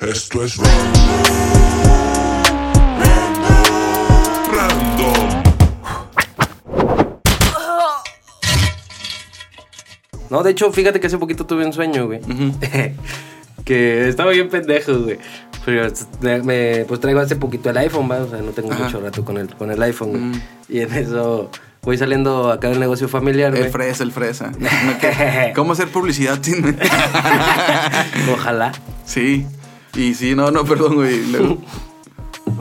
Esto es random. Random. No, de hecho, fíjate que hace poquito tuve un sueño, güey. que estaba bien pendejo, güey. Pero este, me- me- pues traigo hace poquito el iPhone, ¿va? O sea, no tengo Ajá. mucho rato con el, con el iPhone, güey. Mm. Y en eso voy saliendo acá del negocio familiar, El güey. fresa, el fresa. No, ¿qué? ¿Cómo hacer publicidad sin.? Ojalá. sí. Y sí, no, no, perdón, güey. Luego-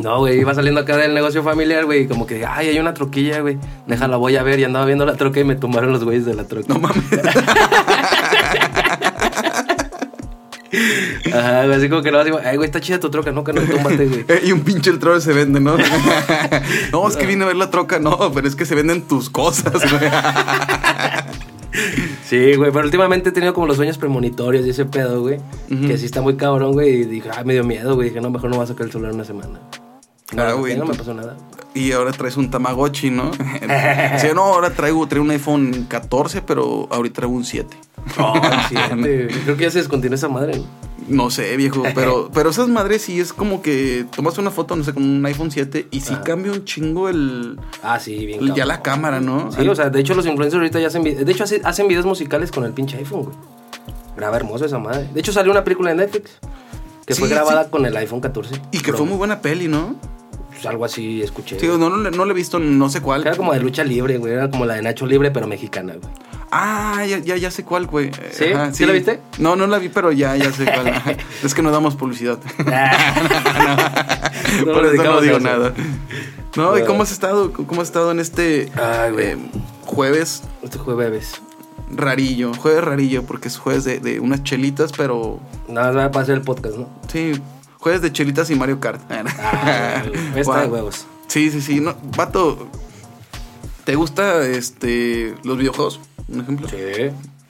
No, güey, iba saliendo acá del negocio familiar, güey. y Como que, ay, hay una troquilla, güey. Déjala, voy a ver. Y andaba viendo la troca y me tumbaron los güeyes de la troca. No mames. Ajá, güey, así como que no, así, ay, güey, está chida tu troca, no, que no, túmbate, güey. Eh, y un pinche el troll se vende, ¿no? no, es que vine a ver la troca. No, pero es que se venden tus cosas, güey. Sí, güey, pero últimamente he tenido como los sueños premonitorios y ese pedo, güey. Que sí está muy cabrón, güey. Y dije, ay, me dio miedo, güey. Dije, no, mejor no voy a sacar el celular una semana. No, Ah, no, güey, no tú- me pasó nada. Y ahora traes un Tamagotchi, ¿no? sí, no, ahora traigo, traigo un iPhone 14, pero ahorita traigo un 7. Ay, sí, güey. Creo que ya se descontinuó esa madre, ¿no? No sé, viejo, pero, pero esas madres sí es como que tomas una foto, no sé, con un iPhone 7 y sí cambia un chingo el. Ah, sí, bien Pues Ya cabrón. la cámara, ¿no? Sí, o sea, de hecho los influencers ahorita ya hacen videos. De hecho, hace- hacen videos musicales con el pinche iPhone, güey. Graba hermoso esa madre. De hecho, salió una película de Netflix que fue Sí, grabada con el iPhone 14. Y que Pro. fue muy buena peli, ¿no? Pues, algo así escuché. Sí, no, no, le- no le he visto no sé cuál. Era como de lucha libre, güey. Era como la de Nacho Libre, pero mexicana, güey. Ah, ya, ya, ya sé cuál, güey. ¿Sí? ¿Sí la viste? No, no la vi, pero ya, ya sé cuál. Ajá. es que no damos publicidad. Ah. No Por nos eso no dedicamos digo a eso. nada. No, ¿y Bueno. cómo has estado? ¿Cómo has estado en este Ay, güey. eh, jueves Este jueves. rarillo? Jueves rarillo, porque es jueves de, de unas chelitas, pero. Nada más para hacer el podcast, ¿no? Sí, jueves de chelitas y Mario Kart. Ah, güey, está de Guau. huevos. Sí, sí, sí. No, vato, ¿te gusta este los videojuegos? Un ejemplo. Sí.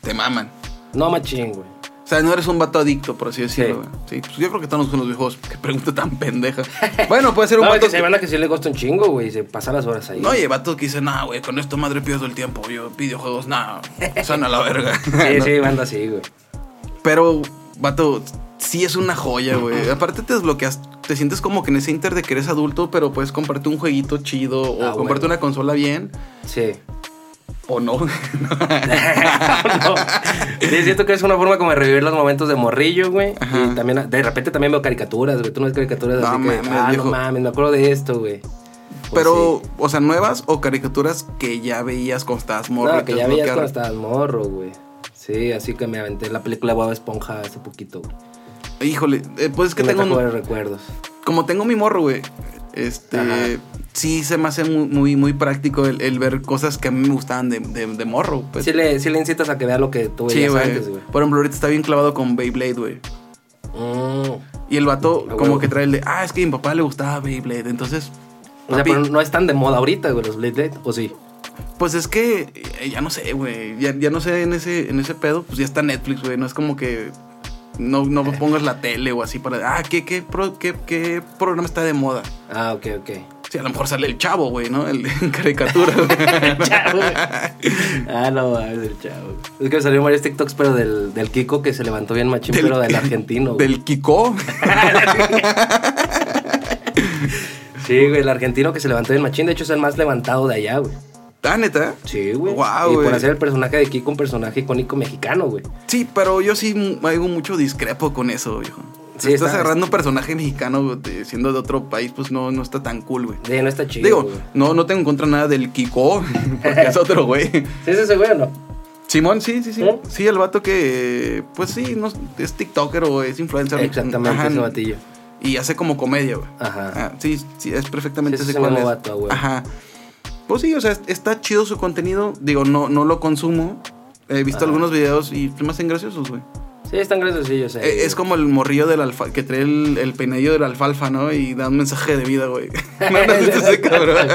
Te maman. No machín, güey. O sea, no eres un vato adicto, por así decirlo. Sí. güey. Sí. pues yo creo que estamos con los videojuegos. Qué pregunta tan pendeja. Bueno, puede ser un No, es vato. que se que- van a que sí le gusta un chingo, güey. y Se pasa las horas ahí. No, y hay vatos que dicen, nah, güey, con esto madre pierdo el tiempo. Yo, videojuegos, nah, son a la verga. sí, No. sí, banda así, güey. Pero, vato, sí es una joya, güey. Aparte te desbloqueas, te sientes como que en ese inter de que eres adulto, pero puedes comprarte un jueguito chido o Ah, comprarte bueno. una consola bien Sí. o no. No. Sí, siento que es una forma como de revivir los momentos de morrillo, güey. Ajá. Y también, de repente también veo caricaturas, güey. Tú no ves caricaturas No así mames, que, ah, viejo. no mames, me acuerdo de esto, güey. Pues pero, sí. o sea, nuevas o caricaturas que ya veías cuando estabas morro. y No, te que ya veías desbloquearon. cuando estabas morro, güey. Sí, así que me aventé la película Bob Esponja hace poquito, güey. Híjole, eh, pues es que Me tengo... trajo un- varios recuerdos. como tengo mi morro, güey, este, Ajá. sí se me hace muy, muy, muy práctico el, el ver cosas que a mí me gustaban de, de- de morro. Pues. Sí le, sí le incitas a que vea lo que tú Sí, veías antes, güey. Por ejemplo, ahorita está bien clavado con Beyblade, güey. Mm. Y el vato Ah, como huevo. que trae el de, ah, es que a mi papá le gustaba Beyblade. Entonces, O sea, papi, pero no están de moda ahorita, güey, los Blade Blade, ¿o sí? pues es que eh, ya no sé, güey. Ya, ya no sé en ese, en ese pedo, pues ya está Netflix, güey. No es como que no, no Eh. pongas la tele o así para, ah, ¿qué, qué, pro- qué, qué programa está de moda? Ah, ok, ok. Sí, a lo mejor sale el chavo, güey, ¿no? El de en caricatura. güey. Chavo, güey. Ah, no mames, el chavo. güey. Es que me salieron varios TikToks, pero del, del Kiko que se levantó bien machín, pero del argentino, güey. Del Kiko. Sí, güey, el argentino que se levantó bien machín. De hecho, es el más levantado de allá, güey. Ah, neta. Sí, güey. Guau, y güey. por hacer el personaje de Kiko un personaje icónico mexicano, güey. Sí, pero yo sí mu- hago mucho discrepo con eso, viejo. Sí, Si estás está- agarrando un personaje mexicano güey, de- siendo de otro país, pues no, no está tan cool, güey. Sí, no está chido, Digo, güey. no, no tengo en contra nada del Kiko, porque es otro güey. ¿Sí es ese güey o no? Simón, sí, sí, sí. ¿Eh? Sí, el vato que, pues sí, no, es TikToker o es influencer. Exactamente, Ajá, ese batillo. Y hace como comedia, güey. Ajá. Ah, sí, sí, es perfectamente Sí, ese es ese cuál mismo es. vato, güey. Ajá. Pues sí, o sea, es- está chido su contenido. Digo, no, no lo consumo. He visto Ajá. algunos videos y se me hacen graciosos, güey. Sí, están graciosillos. Eh, Es como el morrillo del alfa, que trae el, el peinadillo del alfalfa, ¿no? Y da un mensaje de vida, güey. No, no, ese cabrón.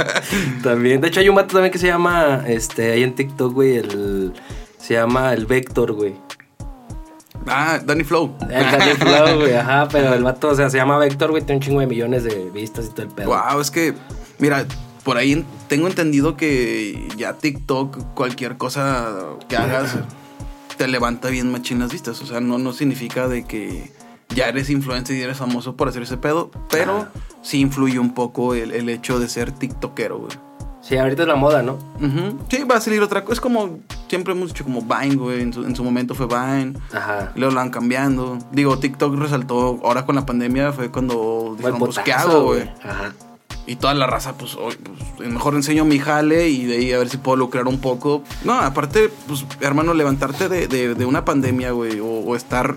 También. De hecho, hay un vato también que se llama, este, ahí en TikTok, güey, el... Se llama el Vector, güey. Ah, Danny Flow. El Danny Flow, güey, ajá, pero el vato, o sea, se llama Vector, güey, tiene un chingo de millones de vistas y todo el pedo. Wow, es que, mira, por ahí en- tengo entendido que ya TikTok, cualquier cosa que hagas, te levanta bien machín las vistas. O sea, no, no significa de que ya eres influencer y eres famoso por hacer ese pedo, pero sí influye un poco el, el hecho de ser tiktokero, güey. Sí, ahorita es la moda, ¿no? Ujú. Sí, va a salir otra cosa. Es como, siempre hemos dicho como Vine, güey. En su, en su momento fue Vine. Ajá. Luego lo van cambiando. Digo, TikTok resaltó ahora con la pandemia, fue cuando Fue el dijeron, pues, ¿qué putazo, hago, güey? Ajá. Y toda la raza, pues, hoy, pues, mejor enseño mi jale y de ahí a ver si puedo lucrar un poco. No, aparte, pues, hermano, levantarte de, de- de una pandemia, güey, o, o estar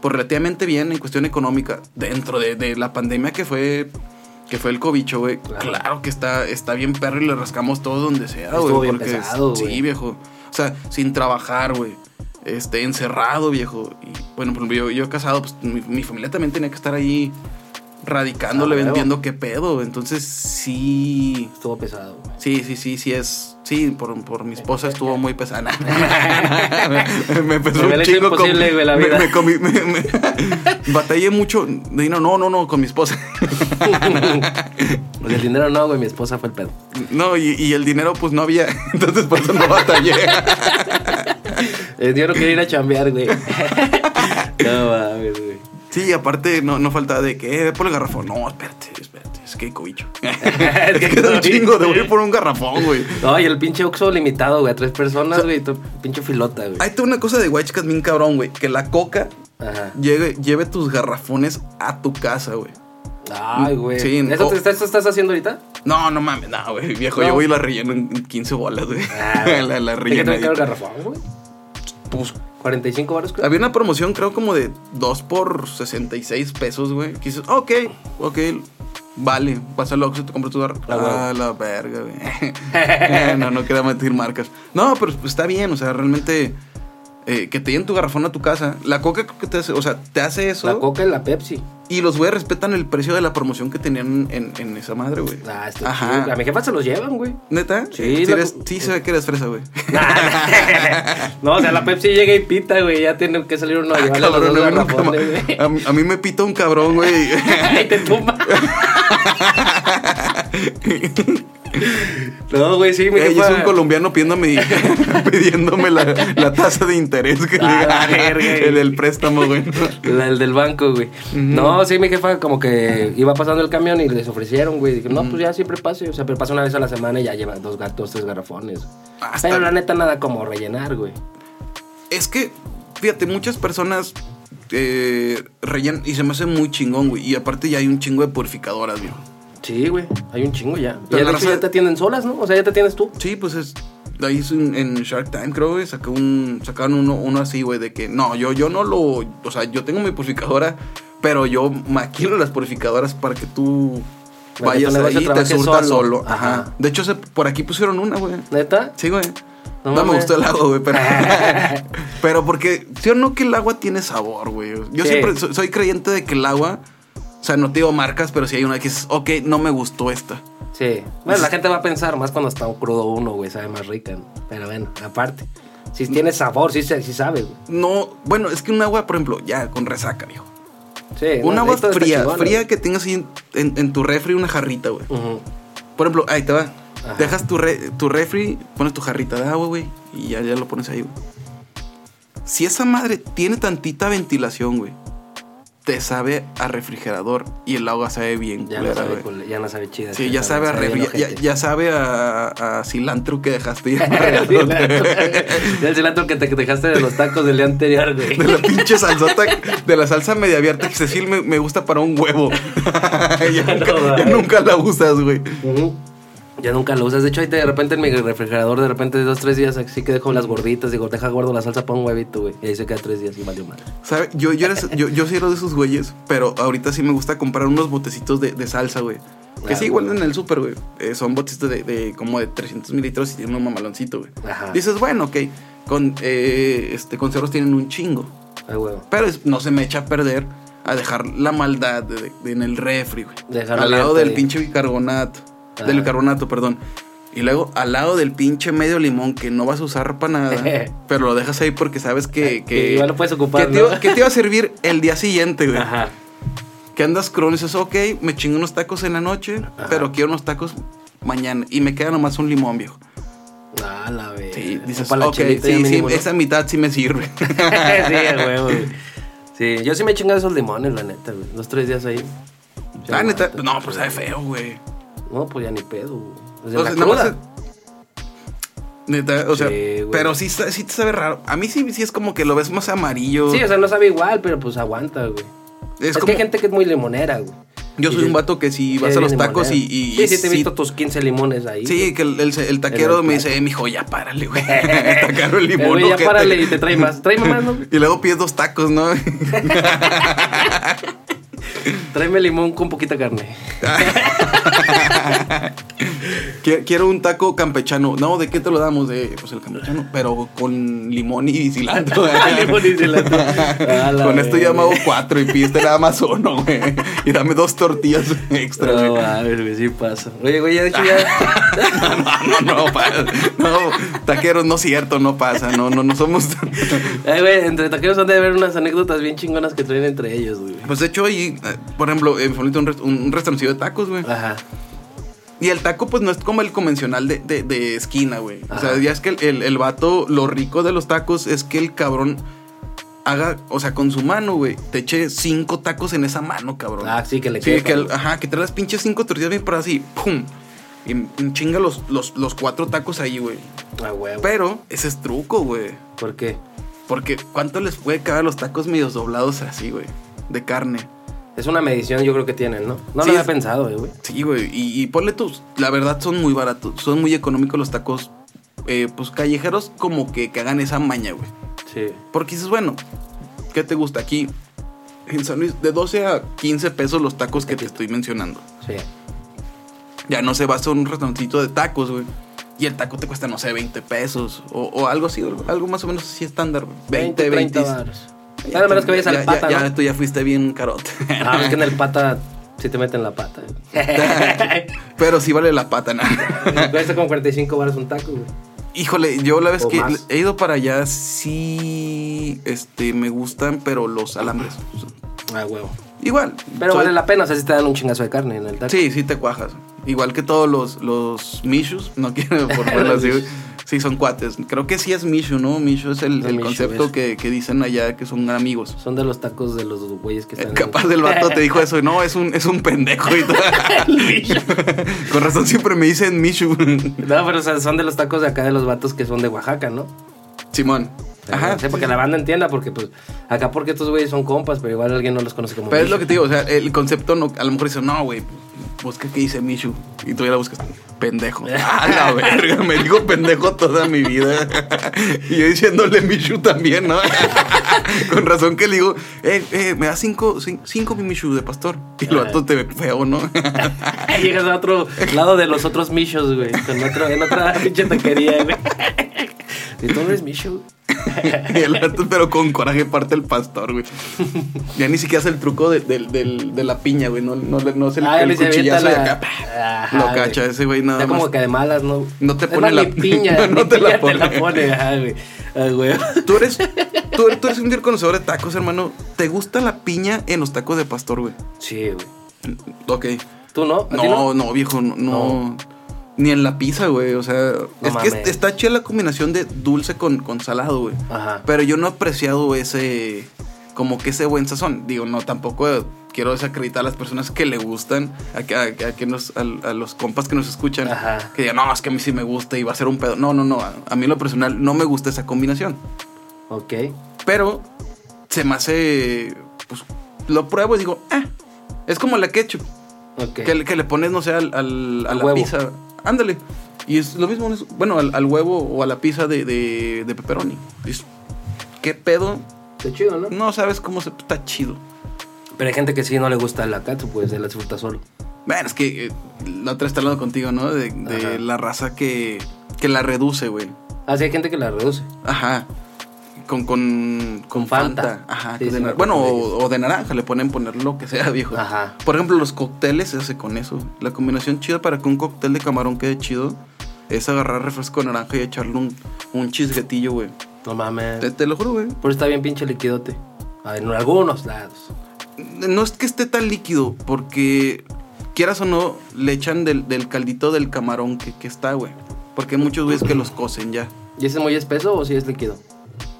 pues, relativamente bien en cuestión económica dentro de, de la pandemia que fue que fue el cobicho, güey. Claro. Claro. que está, está bien perro y le rascamos todo donde sea, Estuvo güey. bien porque- pesado, güey. Sí, viejo. O sea, sin trabajar, güey. Este, encerrado, viejo. Y bueno, por ejemplo, yo, yo casado, pues mi, mi familia también tenía que estar ahí radicándole, Ah, huevo. vendiendo qué pedo. Entonces, sí. Estuvo pesado, güey. Sí, sí, sí, sí es. Sí, por, por mi esposa estuvo muy pesada. me, me pesó Me un parece chingo con- imposible, güey, la me- vida. me comí- me- me- batallé mucho. Dije, no, no, no, no, con mi esposa. Pues el dinero no, güey, mi esposa fue el pedo. No, y, y el dinero pues no había. Entonces por eso no batallé. Eh, Yo no quería ir a chambear, güey. no mames, güey. Sí, aparte no, no falta de que eh, por el garrafón. No, espérate, espérate. Es que cobicho. es que es un chingo de voy por un garrafón, güey. No, y el pinche Oxxo limitado, güey, a tres personas, güey, tu pinche filota, güey. Ahí está una cosa de Huaychicas bien cabrón, güey. Que la coca Ajá. lleve, lleve tus garrafones a tu casa, güey. Ay, güey. Sí, ¿Eso, o- te, estás- estás haciendo ahorita? No, no mames, no, güey, viejo. No. Ah, Yo voy y la relleno en 15 bolas, güey. la, la ¿Y qué te va a quedar el relleno. garrafón, güey? Pues, 45 baros, creo. había una promoción, creo, como de 2 por 66 pesos, güey. Que dices, ok, ok, vale. Vas al Oxxo, te compras tu garra. Ah, bueno. Ah, la verga, güey. Eh, no, no queda más decir marcas. No, pero pues, está bien, o sea, realmente... eh, que te lleven tu garrafón a tu casa. La coca creo que te hace, o sea, te hace eso. La coca y la Pepsi. Y los güeyes respetan el precio de la promoción que tenían en, en esa madre, güey. Ah, está chido. A mi jefa se los llevan, güey. ¿Neta? Sí, Sí, la- eres- sí se ve que eres fresa, güey. Nah. no, o sea, la Pepsi llega y pita, güey. Ya tiene que salir uno a llevarle los Ah, Cabrón, dos no, nunca garrafones, más. a, mí- a mí me pita un cabrón, güey. güey. y te tumba. no, güey, sí, mi Ey, jefa. Eh, es un colombiano pidiéndome, pidiéndome la, la tasa de interés que le- Ah, la verga, güey. el del préstamo, güey. La- el del banco, güey. No, sí, mi jefa como que iba pasando el camión y les ofrecieron, güey. Dije, no, pues ya siempre pase. O sea, pero pasa una vez a la semana y ya lleva dos gatos, tres garrafones. Ah, Pero está- la neta, nada como rellenar, güey. Es que, fíjate, muchas personas eh, rellenan y se me hace muy chingón, güey. Y aparte ya hay un chingo de purificadoras, güey. Sí, güey. Hay un chingo ya. Y Pero ya, la de hecho raza- ya te atienden solas, ¿no? O sea, ya te atiendes tú. Sí, pues es. Ahí es un- en Shark Time, creo, güey, sacó un, sacaron uno, uno así, güey, de que no, yo, yo no lo. O sea, yo tengo mi purificadora, pero yo maquilo las purificadoras para que tú Para que vayas tu negocio ahí y te trabaje surtas solo. solo. Ajá. Ajá. De hecho, se- por aquí pusieron una, güey. ¿Neta? Sí, güey. No No, mames. me gustó el agua, güey, pero. pero porque, ¿sí o no que el agua tiene sabor, güey? Yo Sí. siempre so- soy creyente de que el agua. O sea, no te digo marcas, pero si hay una que es, ok, no me gustó esta. Sí. Pues Bueno, la gente va a pensar más cuando está crudo uno, güey. Sabe más rica, ¿no? Pero bueno, aparte. Si tiene sabor, sí, se- sí sabe, güey. No, bueno, es que un agua, por ejemplo, ya con resaca, viejo. Sí. Un no, agua esto está fría, chingón, fría güey. que tengas ahí en, en- en tu refri una jarrita, güey. Ujú. Por ejemplo, ahí te va. Ajá. Dejas tu, re- tu refri, pones tu jarrita de agua, güey, y ya, ya lo pones ahí, güey. Si esa madre tiene tantita ventilación, güey, te sabe a refrigerador y el agua sabe bien, Ya, no culera, sabe, güey. cul- ya no sabe chida. Sí, ya sabe, a refri- bien ya, ojete. ya sabe a, a cilantro que dejaste. y El cilantro. de El cilantro que te que dejaste de los tacos del día anterior, güey. la pinche salsota, de la salsa media abierta que Cecil me, me gusta para un huevo. ya, No, nunca, mames. ya nunca la usas, güey. Ujú. Ya nunca lo usas. De hecho, ahí te- de repente en mi refrigerador, de repente dos, tres días, así que dejo las gorditas. Digo, deja guardo la salsa para un huevito, güey. Y ahí se queda tres días y valió madre. ¿Sabe? Yo, yo, era- yo, yo sí era de esos güeyes, pero ahorita sí me gusta comprar unos botecitos de, de salsa, güey. Que Claro. sí, igual en el súper, güey. Eh, son botecitos de, de como de 300 mililitros y tienen un mamaloncito, güey. Ajá. Dices, bueno, ok, con, eh, este, con cerros tienen un chingo. Ay, huevo. Pero es- no se me echa a perder a dejar la maldad de- de- de en el refri, güey. Dejarlo al lado abierto del ahí. Ah. pinche bicarbonato. Ajá. Del bicarbonato, perdón. Y luego al lado del pinche medio limón que no vas a usar para nada, pero lo dejas ahí porque sabes que. Que que Ah, igual lo puedes ocupar, que te, ¿no? iba- que te iba a servir el día siguiente, güey. Ajá. Que andas crudo y dices, ok, me chingo unos tacos en la noche, Ajá. pero quiero unos tacos mañana. Y me queda nomás un limón, viejo. Ah, la vez. Sí, dices, ok, sí, sí, esa mitad sí me sirve. sí, a huevo. güey. Sí, yo sí me he chingado esos limones, la neta, güey. Los tres días ahí. La neta, no, pues sabe feo, güey. No, pues ya ni pedo, güey. O sea, O la sea, nada más cruda. se- Neta, o sea, Sí, güey. pero sí, sa- sí te sabe raro. A mí sí, sí es como que lo ves más amarillo. Sí, o sea, no sabe igual, pero pues aguanta, güey. Es Es, como- que hay gente que es muy limonera, güey. Yo soy Y- un vato que si que vas es a los bien tacos y, limonera. y- Sí, y sí, te he visto tus 15 limones ahí. Sí, que el, el- el taquero me dice, eh, mijo, ya párale, güey. Está caro el Pero, limón. güey, ya ojete". párale y te trae más. Tráeme más, ¿no? Y luego pides dos tacos, ¿no? Tráeme limón con poquita carne. Qui- Quiero un taco campechano. No, ¿de qué te lo damos? De, pues el campechano, pero con limón y cilantro. Ah, Limón y cilantro. A la con esto ya me hago verga. cuatro y pidiste nada más uno, güey. Y dame dos tortillas extra, güey. No, a ver, güey, sí pasa. Oye, güey, ya de hecho ya. No, no, no, pasa. No, taqueros, no es cierto, no pasa. No, no, no somos. Ay, Eh, güey, entre taqueros han de haber unas anécdotas bien chingonas que traen entre ellos, güey. Pues de hecho, ahí, eh, por ejemplo, en Fonito un, rest- un, un restaurancillo de tacos, güey. Ajá. Y el taco, pues no es como el convencional de, de- de esquina, güey. O sea, Ajá. ya es que el, el, el vato, lo rico de los tacos es que el cabrón haga, o sea, con su mano, güey, te eche cinco tacos en esa mano, cabrón. Ah, sí, que le Sí, quepa, que, el- güey. ajá, que trae las pinches cinco tortillas bien para así, pum. Y, y chinga los, los, los cuatro tacos ahí, güey. Ah, güey. Pero ese es truco, güey. ¿Por qué? Porque ¿cuánto les puede caber a los tacos medios doblados así, güey? De carne. Es una medición, yo creo que tienen, ¿no? No Sí, lo había es- pensado, eh, güey. Sí, güey. Y, y ponle tus. La verdad son muy baratos. Son muy económicos los tacos. eh, pues callejeros, como que, que hagan esa maña, güey. Sí. Porque dices, bueno, ¿qué te gusta aquí? En San Luis, de 12 a 15 pesos los tacos que te estoy mencionando. Sí. Ya no se vas a un restaurantito de tacos, güey. Y el taco te cuesta, no sé, 20 pesos. O, o algo así, algo más o menos así estándar. güey. 20, 20. baros. Claro, a menos que vayas Ya- al ya- pata, ya, ¿no? tú ya fuiste bien carote. Ah, es que en el pata sí te meten la pata. güey. Pero sí vale la pata, nada. Cuesta como 45 baros un taco, güey. Híjole, yo la vez O que más. he ido para allá sí este me gustan, pero los alambres. Ah, huevo. Igual. Pero soy- vale la pena, o sea, si te dan un chingazo de carne en el taco. Sí, sí te cuajas. Igual que todos los, los Mishus, no quiero ponerlo así. güey. Sí, son cuates. Creo que sí es Mishu, ¿no? Mishu es el, No, el Mishu concepto es. que, que dicen allá que son amigos. Son de los tacos de los güeyes que Eh, están. Capaz del vato te dijo eso, y no, es un, es un pendejo y todo. Con razón siempre me dicen Mishu. No, pero o sea, son de los tacos de acá de los vatos que son de Oaxaca, ¿no? Simón. Ajá. Ajá. para que la banda entienda, porque pues acá porque estos güeyes son compas, pero igual alguien no los conoce como. Pero es lo que bichos. te digo, o sea, el concepto no, a lo mejor dice, no, güey, busca qué dice Mishu. Y tú ya la buscas, pendejo. A la verga, me dijo pendejo toda mi vida. y yo diciéndole Mishu también, ¿no? Con razón que le digo, eh, eh, me da cinco, cin- cinco mi Mishu de pastor. Y el vato te ve feo, ¿no? Y Llegas a otro lado de los otros michos, güey. Con otro, en otra pinche taquería, güey. Si tú no eres micho, Y el vato, pero con coraje parte el pastor, güey. Ya ni siquiera hace el truco de, del- del- de la piña, güey. No, no, le- no hace el, Ah, el Luis, cuchillazo de avienta acá. Ajá, Lo güey. cacha ese güey nada Está más. como que de malas, ¿no? No te Es pone más, la- ni piña. no, no ni te la piña te la pone. pone. Ajá, güey. Ah, güey. Tú eres, tú, tú eres un fiel conocedor de tacos, hermano. ¿Te gusta la piña en los tacos de pastor, güey? Sí, güey. Ok. ¿Tú no? ¿A ti No, no, viejo, no. no. Ni en la pizza, güey. O sea, es que mames. está chida la combinación de dulce con, con salado, güey. Ajá. Pero yo no he apreciado ese. Como que ese buen sazón. Digo, no, tampoco quiero desacreditar a las personas que le gustan, a, que- a- a que nos- a- a los compas que nos escuchan, Ajá. que digan, no, es que a mí sí me gusta y va a ser un pedo. No, no, no. A, a mí en lo personal no me gusta esa combinación. Ok. Pero se me hace. Pues lo pruebo y digo, ah, es como la ketchup. Ok. Que, le- que le pones, no sé, al, al- a Al la huevo. pizza. Ándale. Y es lo mismo, es- bueno, al, al huevo o a la pizza de, de, de pepperoni. Es- ¿Qué pedo? Está chido, ¿no? No sabes cómo se. Está chido. Pero hay gente que sí no le gusta el acatu, pues se la disfruta solo. Bueno, es que eh, la otra está hablando contigo, ¿no? De, de Ajá. la raza que, que la reduce, güey. Ah, sí, hay gente que la reduce. Ajá. Con, con, con Fanta. Fanta. Ajá. Sí, de sí, nar- me bueno, acuerdo de o, o de naranja, le ponen poner lo que sea, viejo. Ajá. Por ejemplo, los cócteles se hace con eso. La combinación chida para que un cóctel de camarón quede chido es agarrar refresco de naranja y echarle un, un chisguetillo, güey. No mames. Te, te lo juro, güey. Por eso está bien pinche liquidote. A ver, en algunos lados. No es que esté tan líquido, porque quieras o no, le echan del, del caldito del camarón que, que está, güey. Porque hay muchos güeyes que los cocen ya. ¿Y ese es muy espeso o si es líquido?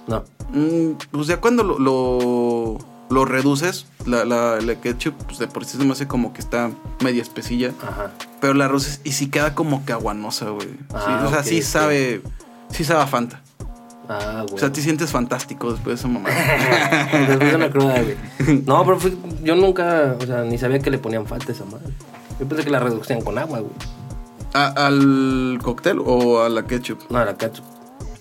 No. Mm, pues ya cuando lo, lo- lo reduces, la, la, la ketchup, pues de por sí se me hace como que está media espesilla. Ajá. Pero la roces y sí queda como que aguanosa, güey. Sí, Ah, o sea, ok, sí ok. sabe. Sí sabe a Fanta. Ah, güey. O sea, te sientes fantástico después de esa mamada. Después de una cruda, güey. No, pero fui- yo nunca, o sea, ni sabía que le ponían falta a esa madre. Yo pensé que la reducían con agua, güey. ¿A- ¿Al cóctel o a la ketchup? No, la cacho.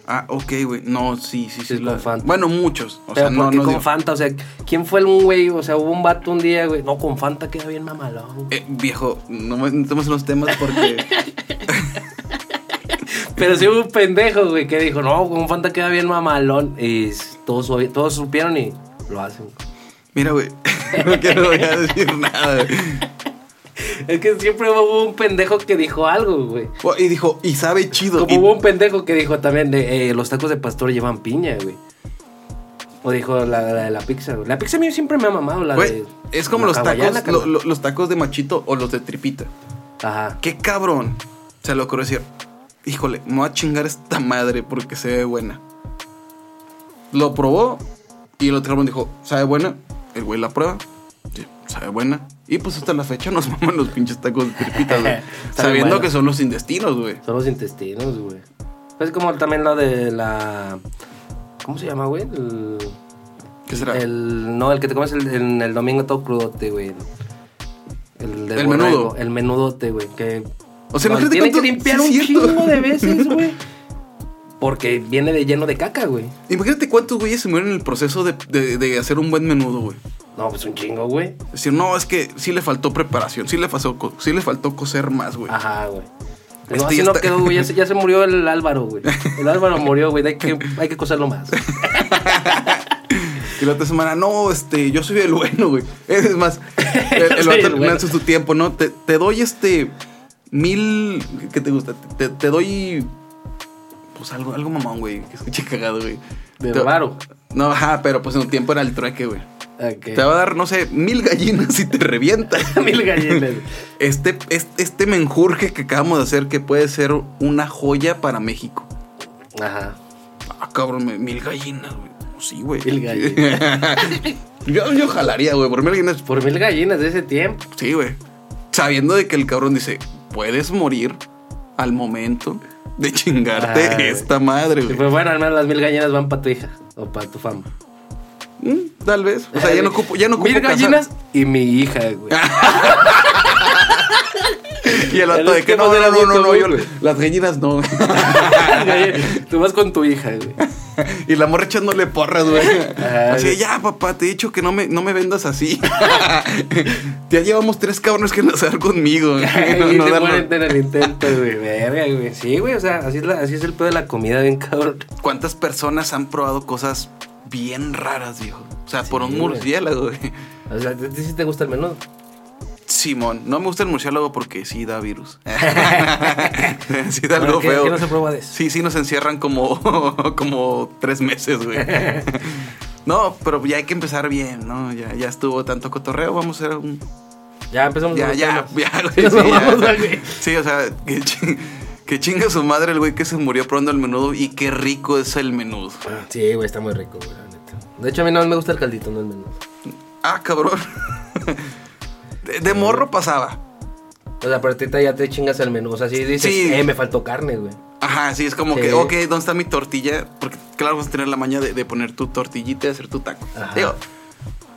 Ah, ok, güey. No, sí, sí, Sí, sí. con la- Fanta. Bueno, muchos. O Pero sea, no, ¿por qué no con digo- Fanta? O sea, ¿quién fue el un güey? O sea, hubo un vato un día, güey. No, con Fanta queda bien mamalón. güey. Eh, viejo, no me no tomes los temas porque. Pero sí hubo un pendejo, güey, que dijo, no, con Fanta queda bien mamalón. Y s- todos, oy- todos supieron y lo hacen. Mira, güey. No quiero voy a decir nada. güey. Es que siempre hubo un pendejo que dijo algo, güey. Oh, Y dijo, y sabe chido. Como y- hubo un pendejo que dijo también, de, eh, los tacos de pastor llevan piña, güey. O dijo la la de la, pizza, güey. La pizza a mí siempre me ha mamado, la Güey, de... es como la los hawaiana, tacos, lo- carnal. lo- los tacos de machito o los de tripita. Ajá. Qué cabrón. Se lo ocurrió decir, híjole, me voy a chingar esta madre porque se ve buena. Lo probó y el otro cabrón dijo, ¿sabe buena? El güey la prueba. Sí, sabe buena. Y pues hasta la fecha nos maman los pinches tacos de tripitas, güey. Saben Sabiendo bueno. que son los intestinos, güey. Son los intestinos, güey. Es como también la de la... ¿Cómo se llama, güey? El- ¿Qué será? El, no, el que te comes el, el- el domingo todo crudote, güey. El, del El borrego, menudo. El menudote, güey. Que O sea, lo imagínate tienen que cuánto- limpiar sí, un es cierto. chingo de veces, güey. Porque viene de lleno de caca, güey. Imagínate cuántos güeyes se mueren en el proceso de, de- de hacer un buen menudo, güey. No, pues un chingo, güey. Es decir, no, es que sí le faltó preparación, sí le faltó, co- sí le faltó coser más, güey. Ajá, güey. No, Pues, Este así ya no está- quedó, güey. Ya se, ya se murió el Álvaro, güey. El Álvaro murió, güey. Hay que, hay que coserlo más. Y la otra semana, no, este, yo soy el bueno, güey. Es más, el, el Soy vato el le bueno. lanzas tu tiempo, ¿no? Te, te doy este mil. ¿Qué te gusta? Te, te doy. Pues algo, algo mamón, güey. Que escuché cagado, güey. De Te- varo. No, ajá, pero pues en tu tiempo era el trueque, güey. Ok. Te va a dar, no sé, mil gallinas y te revienta. Mil gallinas. Este, este, este menjurje que acabamos de hacer que puede ser una joya para México. Ajá. Ah, cabrón, me- mil gallinas, güey. Sí, güey. Mil gallinas. yo, yo jalaría, güey, por mil gallinas. Por mil gallinas de ese tiempo. Sí, güey. Sabiendo de que el cabrón dice, puedes morir al momento de chingarte Ah, güey. esta madre, Y güey. pues bueno, al menos las mil gallinas van para tu hija o para tu fama. Mm, tal vez. O sea, ya no ocupo, ya no ocupo Mil casar. gallinas y mi hija, güey. Y el vato Es de que que no, no no, era no, no, gusto, no, yo- güey. las gallinas no. Tú vas con tu hija, güey. y la morra echándole porras, güey. Ah, Así, güey. ya, papá, te he dicho que no me, no me vendas así. ya llevamos tres cabrones que nacer conmigo. güey. No, y no te darnos- mueren en el intento, güey. Verga, güey. Sí, güey, o sea, así es, la- así es el pedo de la comida, bien cabrón. ¿Cuántas personas han probado cosas bien raras, viejo? O sea, por un güey. murciélago, güey. O sea, ¿a ti sí te gusta el menudo? Simón, no me gusta el murciélago porque sí da virus. sí da Bueno, algo ¿qué- feo. qué no se prueba de eso? Sí, sí nos encierran como, como tres meses, güey. no, pero ya hay que empezar bien, ¿no? Ya, ya estuvo tanto cotorreo, vamos a hacer un... Ya empezamos Ya, con los ya, temas. ya, güey. Sí, Sí, nos vamos, ya. güey. Sí, o sea, que, chi- que chinga su madre el güey que se murió probando el menudo y qué rico es el menudo. Sí, güey, está muy rico, güey, la neta. De hecho, a mí no me gusta el caldito, no el menudo. Ah, cabrón. de, de morro pasaba. O sea, pero ahorita ya te chingas el menudo. O sea, si dices, Sí. eh, me faltó carne, güey. Ajá, sí, es como que, Sí. ok, ¿dónde está mi tortilla? Porque claro, vas a tener la maña de, de poner tu tortillita y hacer tu taco. Ajá. Digo,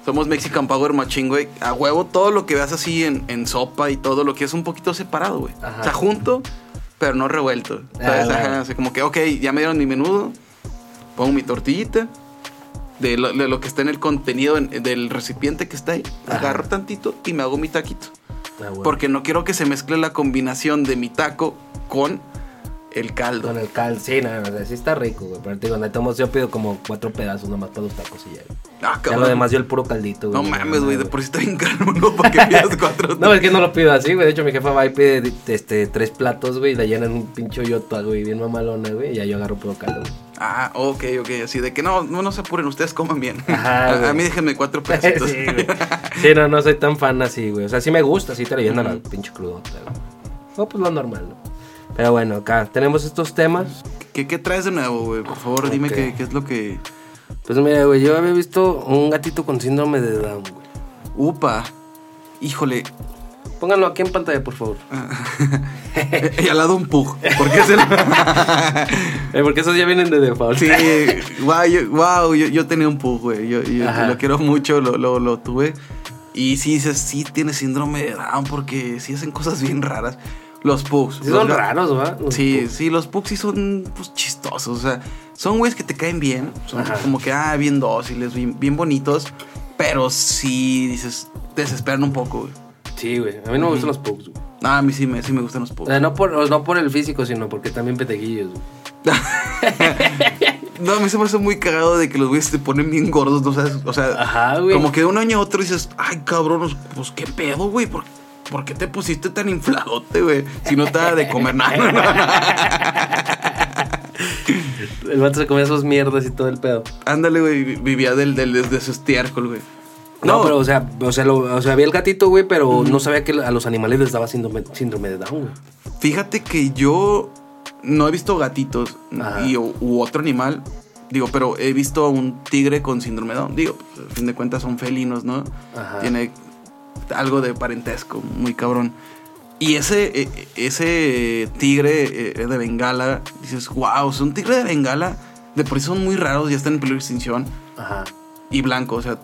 somos Mexican Power Machín, güey. A huevo, todo lo que veas así en, en sopa y todo lo que es un poquito separado, güey. Ajá. O sea, junto, pero no revuelto. ¿sabes? Ah, Ajá, bueno. así como que, ok, ya me dieron mi menudo, pongo mi tortillita. De lo, de lo que está en el contenido en- del recipiente que está ahí, Ajá. agarro tantito y me hago mi taquito. Ah, güey. Porque no quiero que se mezcle la combinación de mi taco con el caldo. Con el cal, sí, nada, o sea, sí está rico, güey. Pero te digo, neta, hemos- yo pido como cuatro pedazos nomás para los tacos y ya. güey. Ah, Ya cabrón. lo demás yo el puro caldito, No güey. mames, güey, de por si está bien caro uno para que pidas cuatro. No, es que no lo pido así, güey. De hecho, mi jefa va y pide de- este, tres platos, güey, y le llenan un pincho yoto, güey, bien mamalona, güey. Y ya yo agarro puro caldo, güey. Ah, ok, ok, así de que no, no, no se apuren, ustedes coman bien. Ajá, a, a güey. mí déjenme cuatro pedacitos. sí, güey. Sí, no, no soy tan fan así, güey. O sea, sí me gusta, sí te llenan al pinche crudota, güey. No, pues lo normal, ¿no? Pero bueno, acá tenemos estos temas. ¿Qué, qué traes de nuevo, güey? Por favor, dime Ok. qué, qué es lo que... Pues mira, güey, yo había visto un gatito con síndrome de Down, güey. Upa. Híjole. Pónganlo aquí en pantalla, por favor. eh, y al lado un pug. Porque es el. Eh, porque esos ya vienen de default. Sí, wow, yo, wow, yo, yo tenía un pug, güey. Yo, yo Ajá. lo quiero mucho, lo, lo, lo tuve. Y sí, dices, sí tiene síndrome de Down porque sí hacen cosas bien raras. Los pugs. Sí los son ga- raros, ¿va? Los Sí, pugs. sí, los pugs sí son pues, chistosos. O sea, son güeyes que te caen bien. Son Ajá. como que, ah, bien dóciles, bien, bien bonitos. Pero sí, dices, te desesperan un poco, güey. Sí, güey. A mí no me gustan los pugs, güey. No, a mí sí me, sí me gustan los O pugs. sea, no por, o no por el físico, sino porque también peteguillos, güey. No, a mí se me hace muy cagado de que los güeyes te ponen bien gordos, ¿no sabes? O sea, Ajá, güey. como que de un año a otro dices, ay, cabrón, pues qué pedo, güey, ¿por, por qué te pusiste tan infladote, güey? Si no te da de comer nada. El vato se comía sus mierdas y todo el pedo. Ándale, güey, vi- vivía del, del, de su estiércol, güey. No, pero, o sea, o sea, lo- o sea, había el gatito, güey, pero no sabía que a los animales les daba síndrome, síndrome de Down, güey. Fíjate que yo no he visto gatitos Ajá. y, u u otro animal. Digo, pero he visto a un tigre con síndrome de Down. Digo, a fin de cuentas son felinos, ¿no? Ajá. Tiene algo de parentesco muy cabrón. Y ese, eh, ese tigre eh, de Bengala, dices, wow, es un tigre de Bengala. De por sí son muy raros, ya están en peligro de extinción. Ajá. Y blanco, o sea.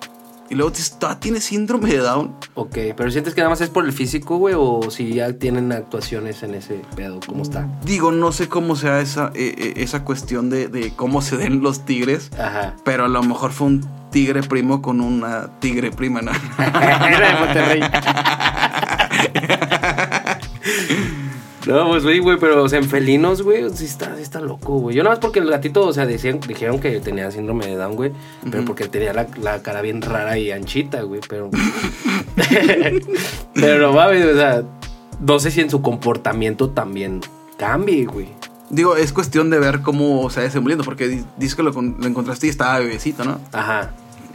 Y luego dices, "Ah, tiene síndrome de Down. Ok, pero sientes que nada más es por el físico, güey, o si ya tienen actuaciones en ese pedo, ¿cómo está? Digo, no sé cómo sea esa, eh, eh, esa cuestión de, de cómo se den los tigres, Ajá. pero a lo mejor fue un tigre primo con una tigre prima, ¿no? Era de Monterrey. No, pues güey, güey, pero o sea, en felinos, güey, sí está, sí está loco, güey. Yo nada más porque el gatito, o sea, decían, dijeron que tenía síndrome de Down, güey, pero porque tenía la, la cara bien rara y anchita, güey, pero... pero no mames, o sea, no sé si en su comportamiento también cambie, güey. Digo, es cuestión de ver cómo se va desenvolviendo, porque di- dices que lo, con- lo encontraste y estaba bebecito, ¿no? Ajá.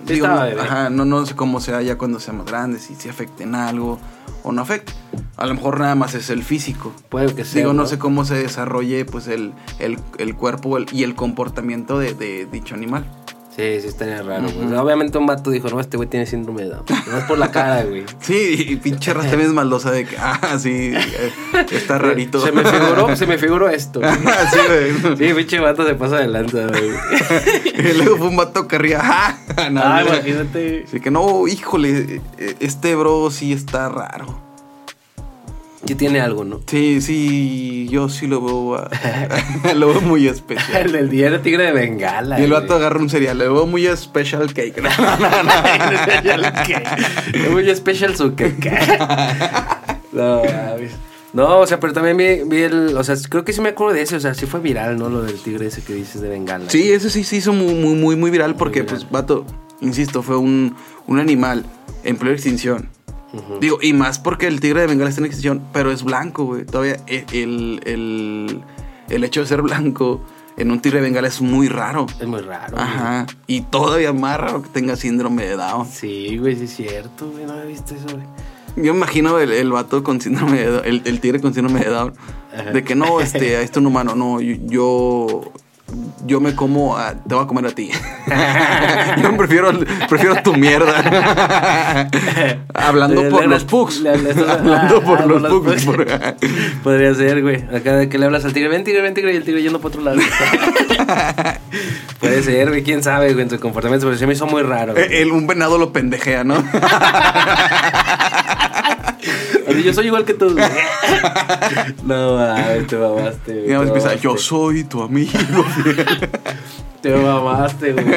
Sí Digo, estaba no- bebé. Ajá, no, no sé cómo sea ya cuando sea más grande, si se afecta en algo o no afecta. A lo mejor nada más es el físico. Puede que sea. Digo, no sé cómo se desarrolle pues el, el- el cuerpo el- y el comportamiento de- de dicho animal. Sí, sí estaría raro, güey. O sea, Obviamente un vato dijo, no, este güey tiene síndrome de Down. No es por la cara, güey. Sí, y pinche raza bien maldosa de que, ah, sí, eh, está rarito. Se me figuró, se me figuró esto. güey. Ah, sí, güey. Sí, pinche vato se pasa de lanza, güey. Y luego fue un vato que ría, ah, no, Ah, güey. imagínate. Así que no, híjole, eh, este bro sí está raro. Que tiene algo, ¿no? Sí, sí, yo sí lo veo, ah, lo veo muy especial. El del día era tigre de Bengala. Y el güey. vato agarra un cereal, lo veo muy special cake. No, no, no. Es muy especial su caca. No, mames. No, o sea, pero también vi, vi el. O sea, creo que sí me acuerdo de ese. O sea, sí fue viral, ¿no? Lo del tigre ese que dices de Bengala. Sí, ese sí se hizo muy, muy, muy, muy viral porque, viral. pues, vato, insisto, fue un, un animal en plena extinción. Digo, y más porque el tigre de Bengala está en extinción, pero es blanco, güey. Todavía e- el, el- el hecho de ser blanco en un tigre de Bengala es muy raro. Es muy raro. güey. Ajá. Y todavía más raro que tenga síndrome de Down. Sí, güey, sí es cierto, güey. No había visto eso, güey. Yo me imagino el, el vato con síndrome de Down, el, el tigre con síndrome de Down, de que no, este, esto es un humano, no, yo, yo, yo me como, a- te voy a comer a ti. yo prefiero, prefiero tu mierda. Hablando Le- por le- los pugs. le- le- estás- Hablando ah, por ah, los pugs. por- Podría ser, güey. Acá de que le hablas al tigre, ven tigre, ven tigre, y el tigre yendo para otro lado. Puede ser, güey. Quién sabe, güey, en su comportamiento. Pero se me hizo muy raro. güey. El- un venado lo pendejea, ¿no? O sea, yo soy igual que tú. güey. no, mames, te mamaste, güey. Y nada te más empieza, mamaste. yo soy tu amigo. Te mamaste, güey.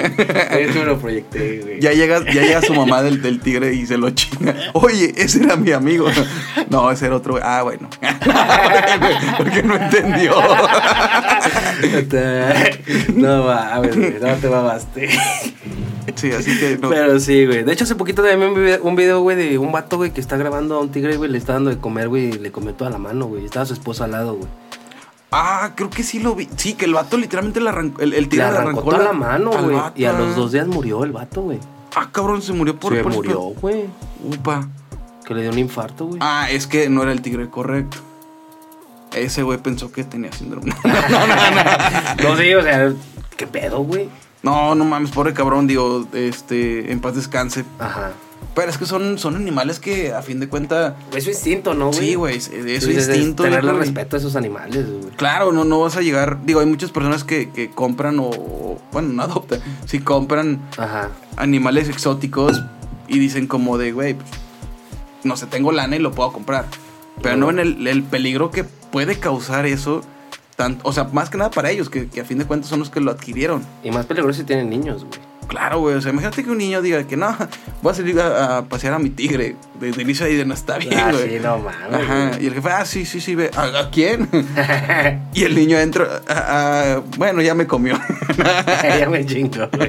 Eso me lo proyecté, güey. ya, llega, ya llega su mamá del, del tigre y se lo chinga. Oye, ese era mi amigo. No, ese era otro. güey. Ah, bueno. Porque no entendió. Te- no mames, güey. No te mamaste. Sí, así que no. Pero sí, güey. De hecho, hace poquito también vi un video, güey, de un vato, güey, que está grabando a un tigre, güey, le está dando de comer, güey, y le comió toda la mano, güey. Estaba su esposa al lado, güey. Ah, creo que sí lo vi. Sí, que el vato literalmente le arrancó. El, el Le tigre le arrancó, arrancó toda la mano, al güey. vato. Y a los dos días murió el vato, güey. Ah, cabrón, se murió por. Se por- murió, güey. Upa. Que le dio un infarto, güey. Ah, es que no era el tigre correcto. Ese güey pensó que tenía síndrome. No, no, no, no. No sé, o sea, ¿qué pedo, güey? No, no mames, pobre cabrón, digo, este, en paz descanse. Ajá. Pero es que son, son animales que a fin de cuenta, Es su instinto, ¿no, güey? sí, güey, es, es su Sí, instinto. yo Tenerle creo, güey. respeto a esos animales, güey. Claro, no, no vas a llegar. Digo, hay muchas personas que, que compran o, o- bueno, no adoptan, si compran Ajá. animales exóticos y dicen como de, güey, pues, no sé, tengo lana y lo puedo comprar. Pero no en el, el peligro que puede causar eso, tanto, o sea, más que nada para ellos, que, que a fin de cuentas son los que lo adquirieron. Y más peligroso si tienen niños, güey. Claro, güey, o sea, imagínate que un niño diga que no, voy a salir a, a pasear a mi tigre. Desde inicio ahí de no está bien, Ah, güey. sí, no mames. Ajá, y el jefe, ah, sí, sí, sí, ve, ¿a, a quién? y el niño entra, "Ah, ah, bueno, ya me comió. ya me chingo, güey.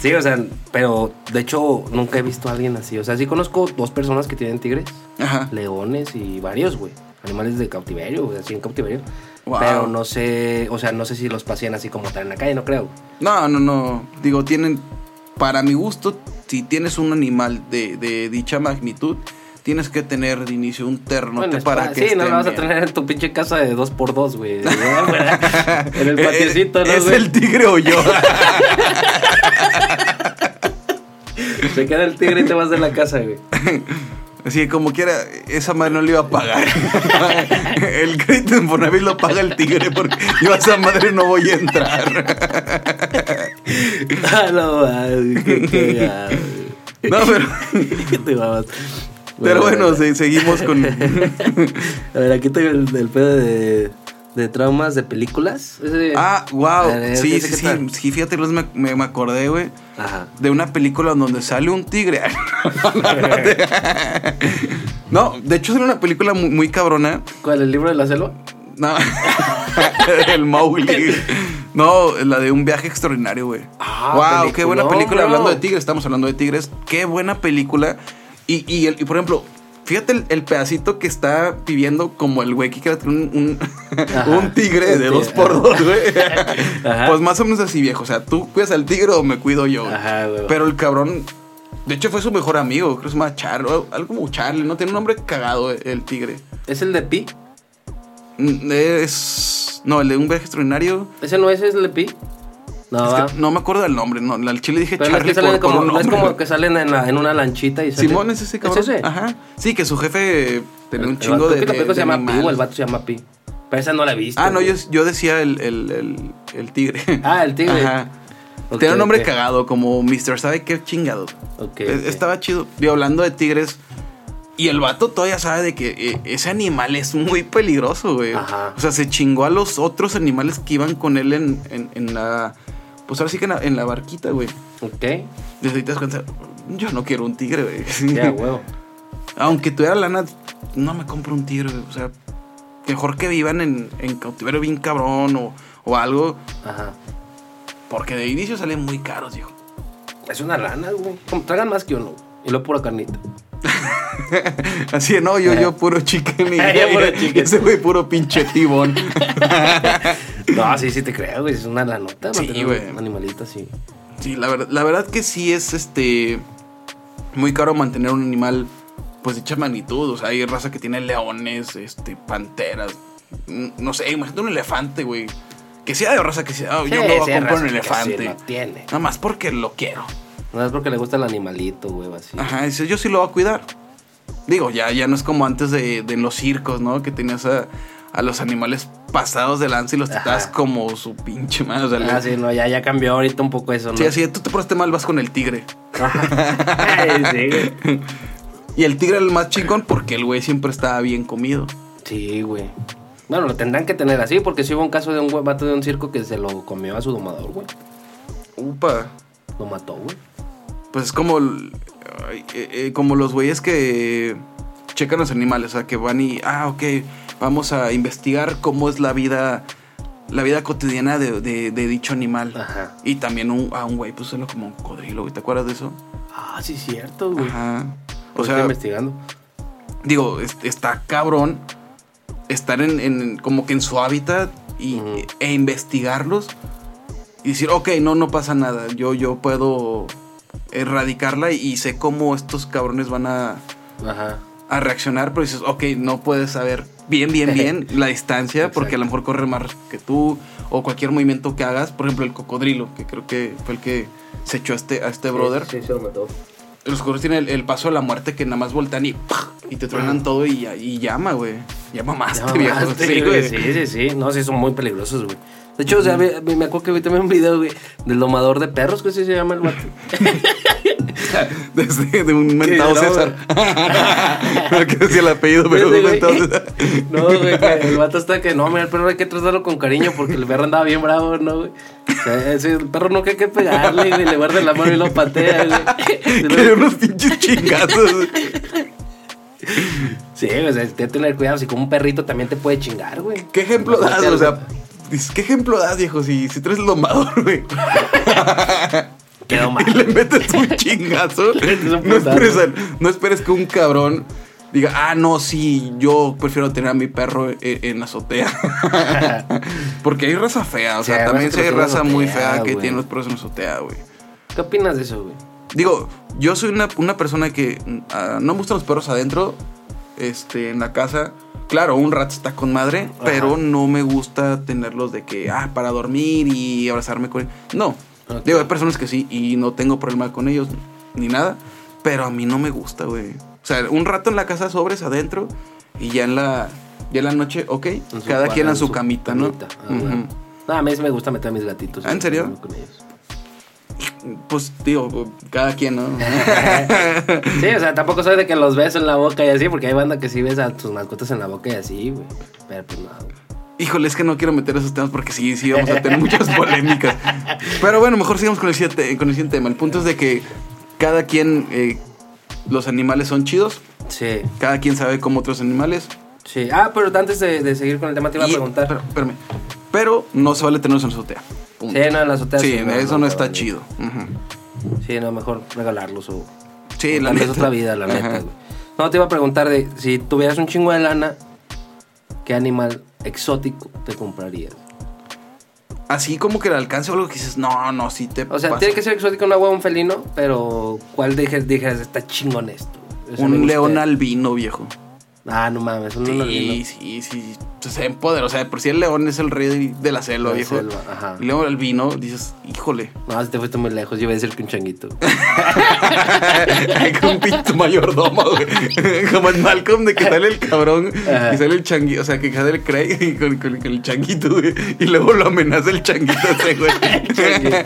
Sí, o sea, pero de hecho nunca he visto a alguien así. O sea, sí conozco dos personas que tienen tigres, Ajá. leones y varios, güey. Animales de cautiverio, güey, así en cautiverio. Wow. Pero no sé, o sea, no sé si los pasean así como tal en la calle, no creo. No, no, no. Digo, tienen. Para mi gusto, si tienes un animal de, de dicha magnitud, tienes que tener de inicio un ternote Bueno, es para pa- que. Sí, no lo estén vas a bien. tener en tu pinche casa de dos por dos, güey. en el patiocito, ¿no, Eh, ¿Es güey? el tigre o yo? Se queda el tigre y te vas de la casa, güey. Así como quiera, esa madre no le iba a pagar. el crédito en Bonavis lo paga el tigre porque yo a esa madre no voy a entrar. Ah, no, madre, qué cagado, güey. No, pero, Te babas. pero bueno, bueno. sí, seguimos con. A ver, aquí tengo el, el pedo de, de traumas de películas. Ese- Ah, A wow. ver, Sí, ese sí, qué sí. tal. sí, fíjate, Luis, me, me- me acordé, güey. Ajá. de una película en donde sale un tigre. no, de hecho es una película muy, muy cabrona. ¿Cuál? ¿El libro de la selva? No. El Mowgli. No, la de un viaje extraordinario, güey. Ah, wow, qué buena peliculón, película. bro. Hablando de tigres, estamos hablando de tigres. Qué buena película. Y, y, el- y, por ejemplo, fíjate el, el pedacito que está viviendo como el güey que quiere tener un, un- Ajá. un tigre Un de tigre. dos por dos, güey. Ajá. Pues más o menos así, viejo. O sea, tú cuidas al tigre o me cuido yo. güey. Ajá, güey. Pero el cabrón, de hecho, fue su mejor amigo. Creo que se llama Charlie, algo como Charlie, ¿no? Tiene un nombre cagado el- el tigre. ¿Es el de Pi? Mm, Es. No, el de un viaje extraordinario. ¿Ese no es el de Pi? No, es que va. no me acuerdo el nombre, no. Al chile dije Ah. Pero no es Charlie que salen por- por como, un no es nombre. como que salen en, la- en una lanchita y salen- Simón es ese cabrón. ¿Es ese? Ajá. Sí, que su jefe tenía un El- chingo creo de. que la de- película de se llama Pi o el animales. vato se llama Pi. Pero esa no la he visto. Ah, no, güey. yo, yo decía el, el, el, el tigre. Ah, el tigre. Ajá. Ok, Tiene un nombre ok. cagado, como Mr. ¿Sabe qué chingado? Ok, E- ok. Estaba chido. Y hablando de tigres. Y el vato todavía sabe de que eh, ese animal es muy peligroso, güey. Ajá. O sea, se chingó a los otros animales que iban con él en, en- en la. Pues ahora sí que en la, en la barquita, güey. Ok. Desde ahí te das cuenta, yo no quiero un tigre, güey. Ya, huevo. Aunque tuviera lana, no me compro un tigre, güey. O sea, mejor que vivan en, en cautiverio bien cabrón o, o algo. Ajá. Porque de inicio salen muy caros, hijo. Es una lana, güey. Como Tragan más que uno. Y luego pura carnita. Así de, no, yo, yo puro chicken y Yo puro chicken. ese güey puro pinche tibón. No, sí, sí te creo, güey. Es una lanota. Sí, mantener güey. un Animalito, sí. sí, la, verdad, la verdad que sí es este muy caro mantener un animal pues de dicha magnitud. O sea, hay raza que tiene leones, este, panteras. Mm, No sé, imagínate un elefante, güey. Que sea de raza que sea, "Ah, yo Sí, me voy sí, a comprar un raza que elefante. sí lo tiene. Nada más porque lo quiero. No es porque le gusta el animalito, güey, así. Ajá, dice, yo sí lo voy a cuidar. Digo, ya, ya no es como antes de, de en los circos, ¿no? Que tenías a, a los animales pasados de lanza y los Ajá. tratabas como su pinche madre. O sea, le- Ah, sí, no, ya, ya cambió ahorita un poco eso, ¿no? sí, así, tú te portaste mal, vas con el tigre. Ay, sí, güey. Y el tigre era el más chingón porque el güey siempre estaba bien comido. Sí, güey. Bueno, lo tendrán que tener así, porque sí hubo un caso de un güey, vato de un circo que se lo comió a su domador, güey. Upa. Lo mató, güey. Pues es como, el- ay, eh, eh, como los güeyes que checan los animales, o sea, que van y, ah, ok, vamos a investigar cómo es la vida, la vida cotidiana de, de- de dicho animal. Ajá. Y también un- a un güey, pues solo como un cocodrilo, güey, ¿te acuerdas de eso? Ah, sí, cierto, güey. Ajá. Lo O estoy sea, investigando. digo, es- está cabrón estar en, en- como que en su hábitat y, Ujú. e investigarlos y decir, ok, no, no pasa nada, yo, yo puedo erradicarla y sé cómo estos cabrones van a, Ajá. a a reaccionar, pero dices, ok, no puedes saber bien, bien, bien la distancia, porque a lo mejor corre más rápido que tú, o cualquier movimiento que hagas, por ejemplo, el cocodrilo, que creo que fue el que se echó a este, a este brother. Sí, sí, lo mató. Los cocodrilos tienen el, el paso de la muerte que nada más voltean y ¡pah! y te truenan todo y, ya- y llama, güey. Llama más, No, Ah. más, sí, güey, sí, sí, sí. No, sí, son muy peligrosos, güey. De hecho, o sea, me, me- me acuerdo que vi también un video, güey, del domador de perros, que así se llama el vato. Desde de un mentado no, César. no quiero decir el apellido, Ese pero un güey- mentado César. No, güey, que el vato está que no, mira, el perro hay que tratarlo con cariño porque el perro andaba bien bravo, ¿no, güey? O sea, ese- el perro nunca hay que pegarle, güey, le guarda la mano y lo patea, güey. Que le dio unos pinches chingazos. Sí, o sea, tienes que tener cuidado, si como un perrito también te puede chingar, güey. Pues, ¿Qué ejemplo No, das? te- O sea, dices, ¿qué ejemplo das, viejo? Si, si traes el domador, güey, Quedó mal. y le metes un chingazo, metes un no esperes, putazo. al- no esperes que un cabrón diga, ah, no, sí, yo prefiero tener a mi perro en, en la azotea. Porque hay raza fea, o Sí, sea, hay también raza sí hay que los raza tiene en muy azotea, fea que güey. tiene los perros en la azotea, güey. ¿Qué opinas de eso, güey? Digo, yo soy una, una persona que mm, ah, no me gustan los perros adentro, este, en la casa. Claro, un rat está con madre, Ajá. pero no me gusta tenerlos de que, ah, para dormir y abrazarme con él. No. Ok. Digo, hay personas que sí y no tengo problema con ellos ni nada, pero a mí no me gusta, güey. O sea, un rato en la casa sobres adentro y ya en la, ya en la noche, ok, En su cada cua- quien en su camita, ¿no? Ah, güey. Ujú. No, a mí sí me gusta meter a mis gatitos. ¿Ah, en serio? con ellos. Pues, digo, cada quien, ¿no? Sí, o sea, tampoco soy de que los beso en la boca y así, porque hay banda que sí besa a tus mascotas en la boca y así, güey. Pero pues no, güey. Híjole, es que no quiero meter esos temas porque sí, sí, vamos a tener muchas polémicas. Pero bueno, mejor sigamos con el siguiente, con el siguiente tema. El punto es de que cada quien, eh, los animales son chidos, Sí, cada quien sabe cómo otros animales. sí. Ah, pero antes de, de seguir con el tema te iba a Y- preguntar. Pero, espérame. Pero no se vale tenerlos en la azotea. Punto. Sí, no, en la azotea Sí, sí, no, eso no, no, no está vale. chido. Ujú. Sí, no, mejor regalarlos o... Sí, o la tal vez neta. otra vida, la Ajá. neta, güey. No, te iba a preguntar de si tuvieras un chingo de lana, ¿qué animal exótico te comprarías? Así como que el alcance o algo que dices, no, no, sí te O sea, pasa. tiene que ser exótico una hueá un felino, pero ¿cuál dije- dijeras está chingón esto? Eso me Un gusta. león albino, viejo. Ah, no mames, un Sí, león albino. sí, sí. Se ven poder. O sea, de por si el león es el rey de la selva, La viejo. selva, ajá. El león albino, dices, híjole. No, si te fuiste muy lejos, yo iba a decir que un changuito. Hay que un pinto mayordomo, güey. Como en Malcolm, de que sale el cabrón Ajá. y sale el changuito. O sea, que sale el Craig y con, con- con el changuito, güey. Y luego lo amenaza el changuito ese, güey. Changuito.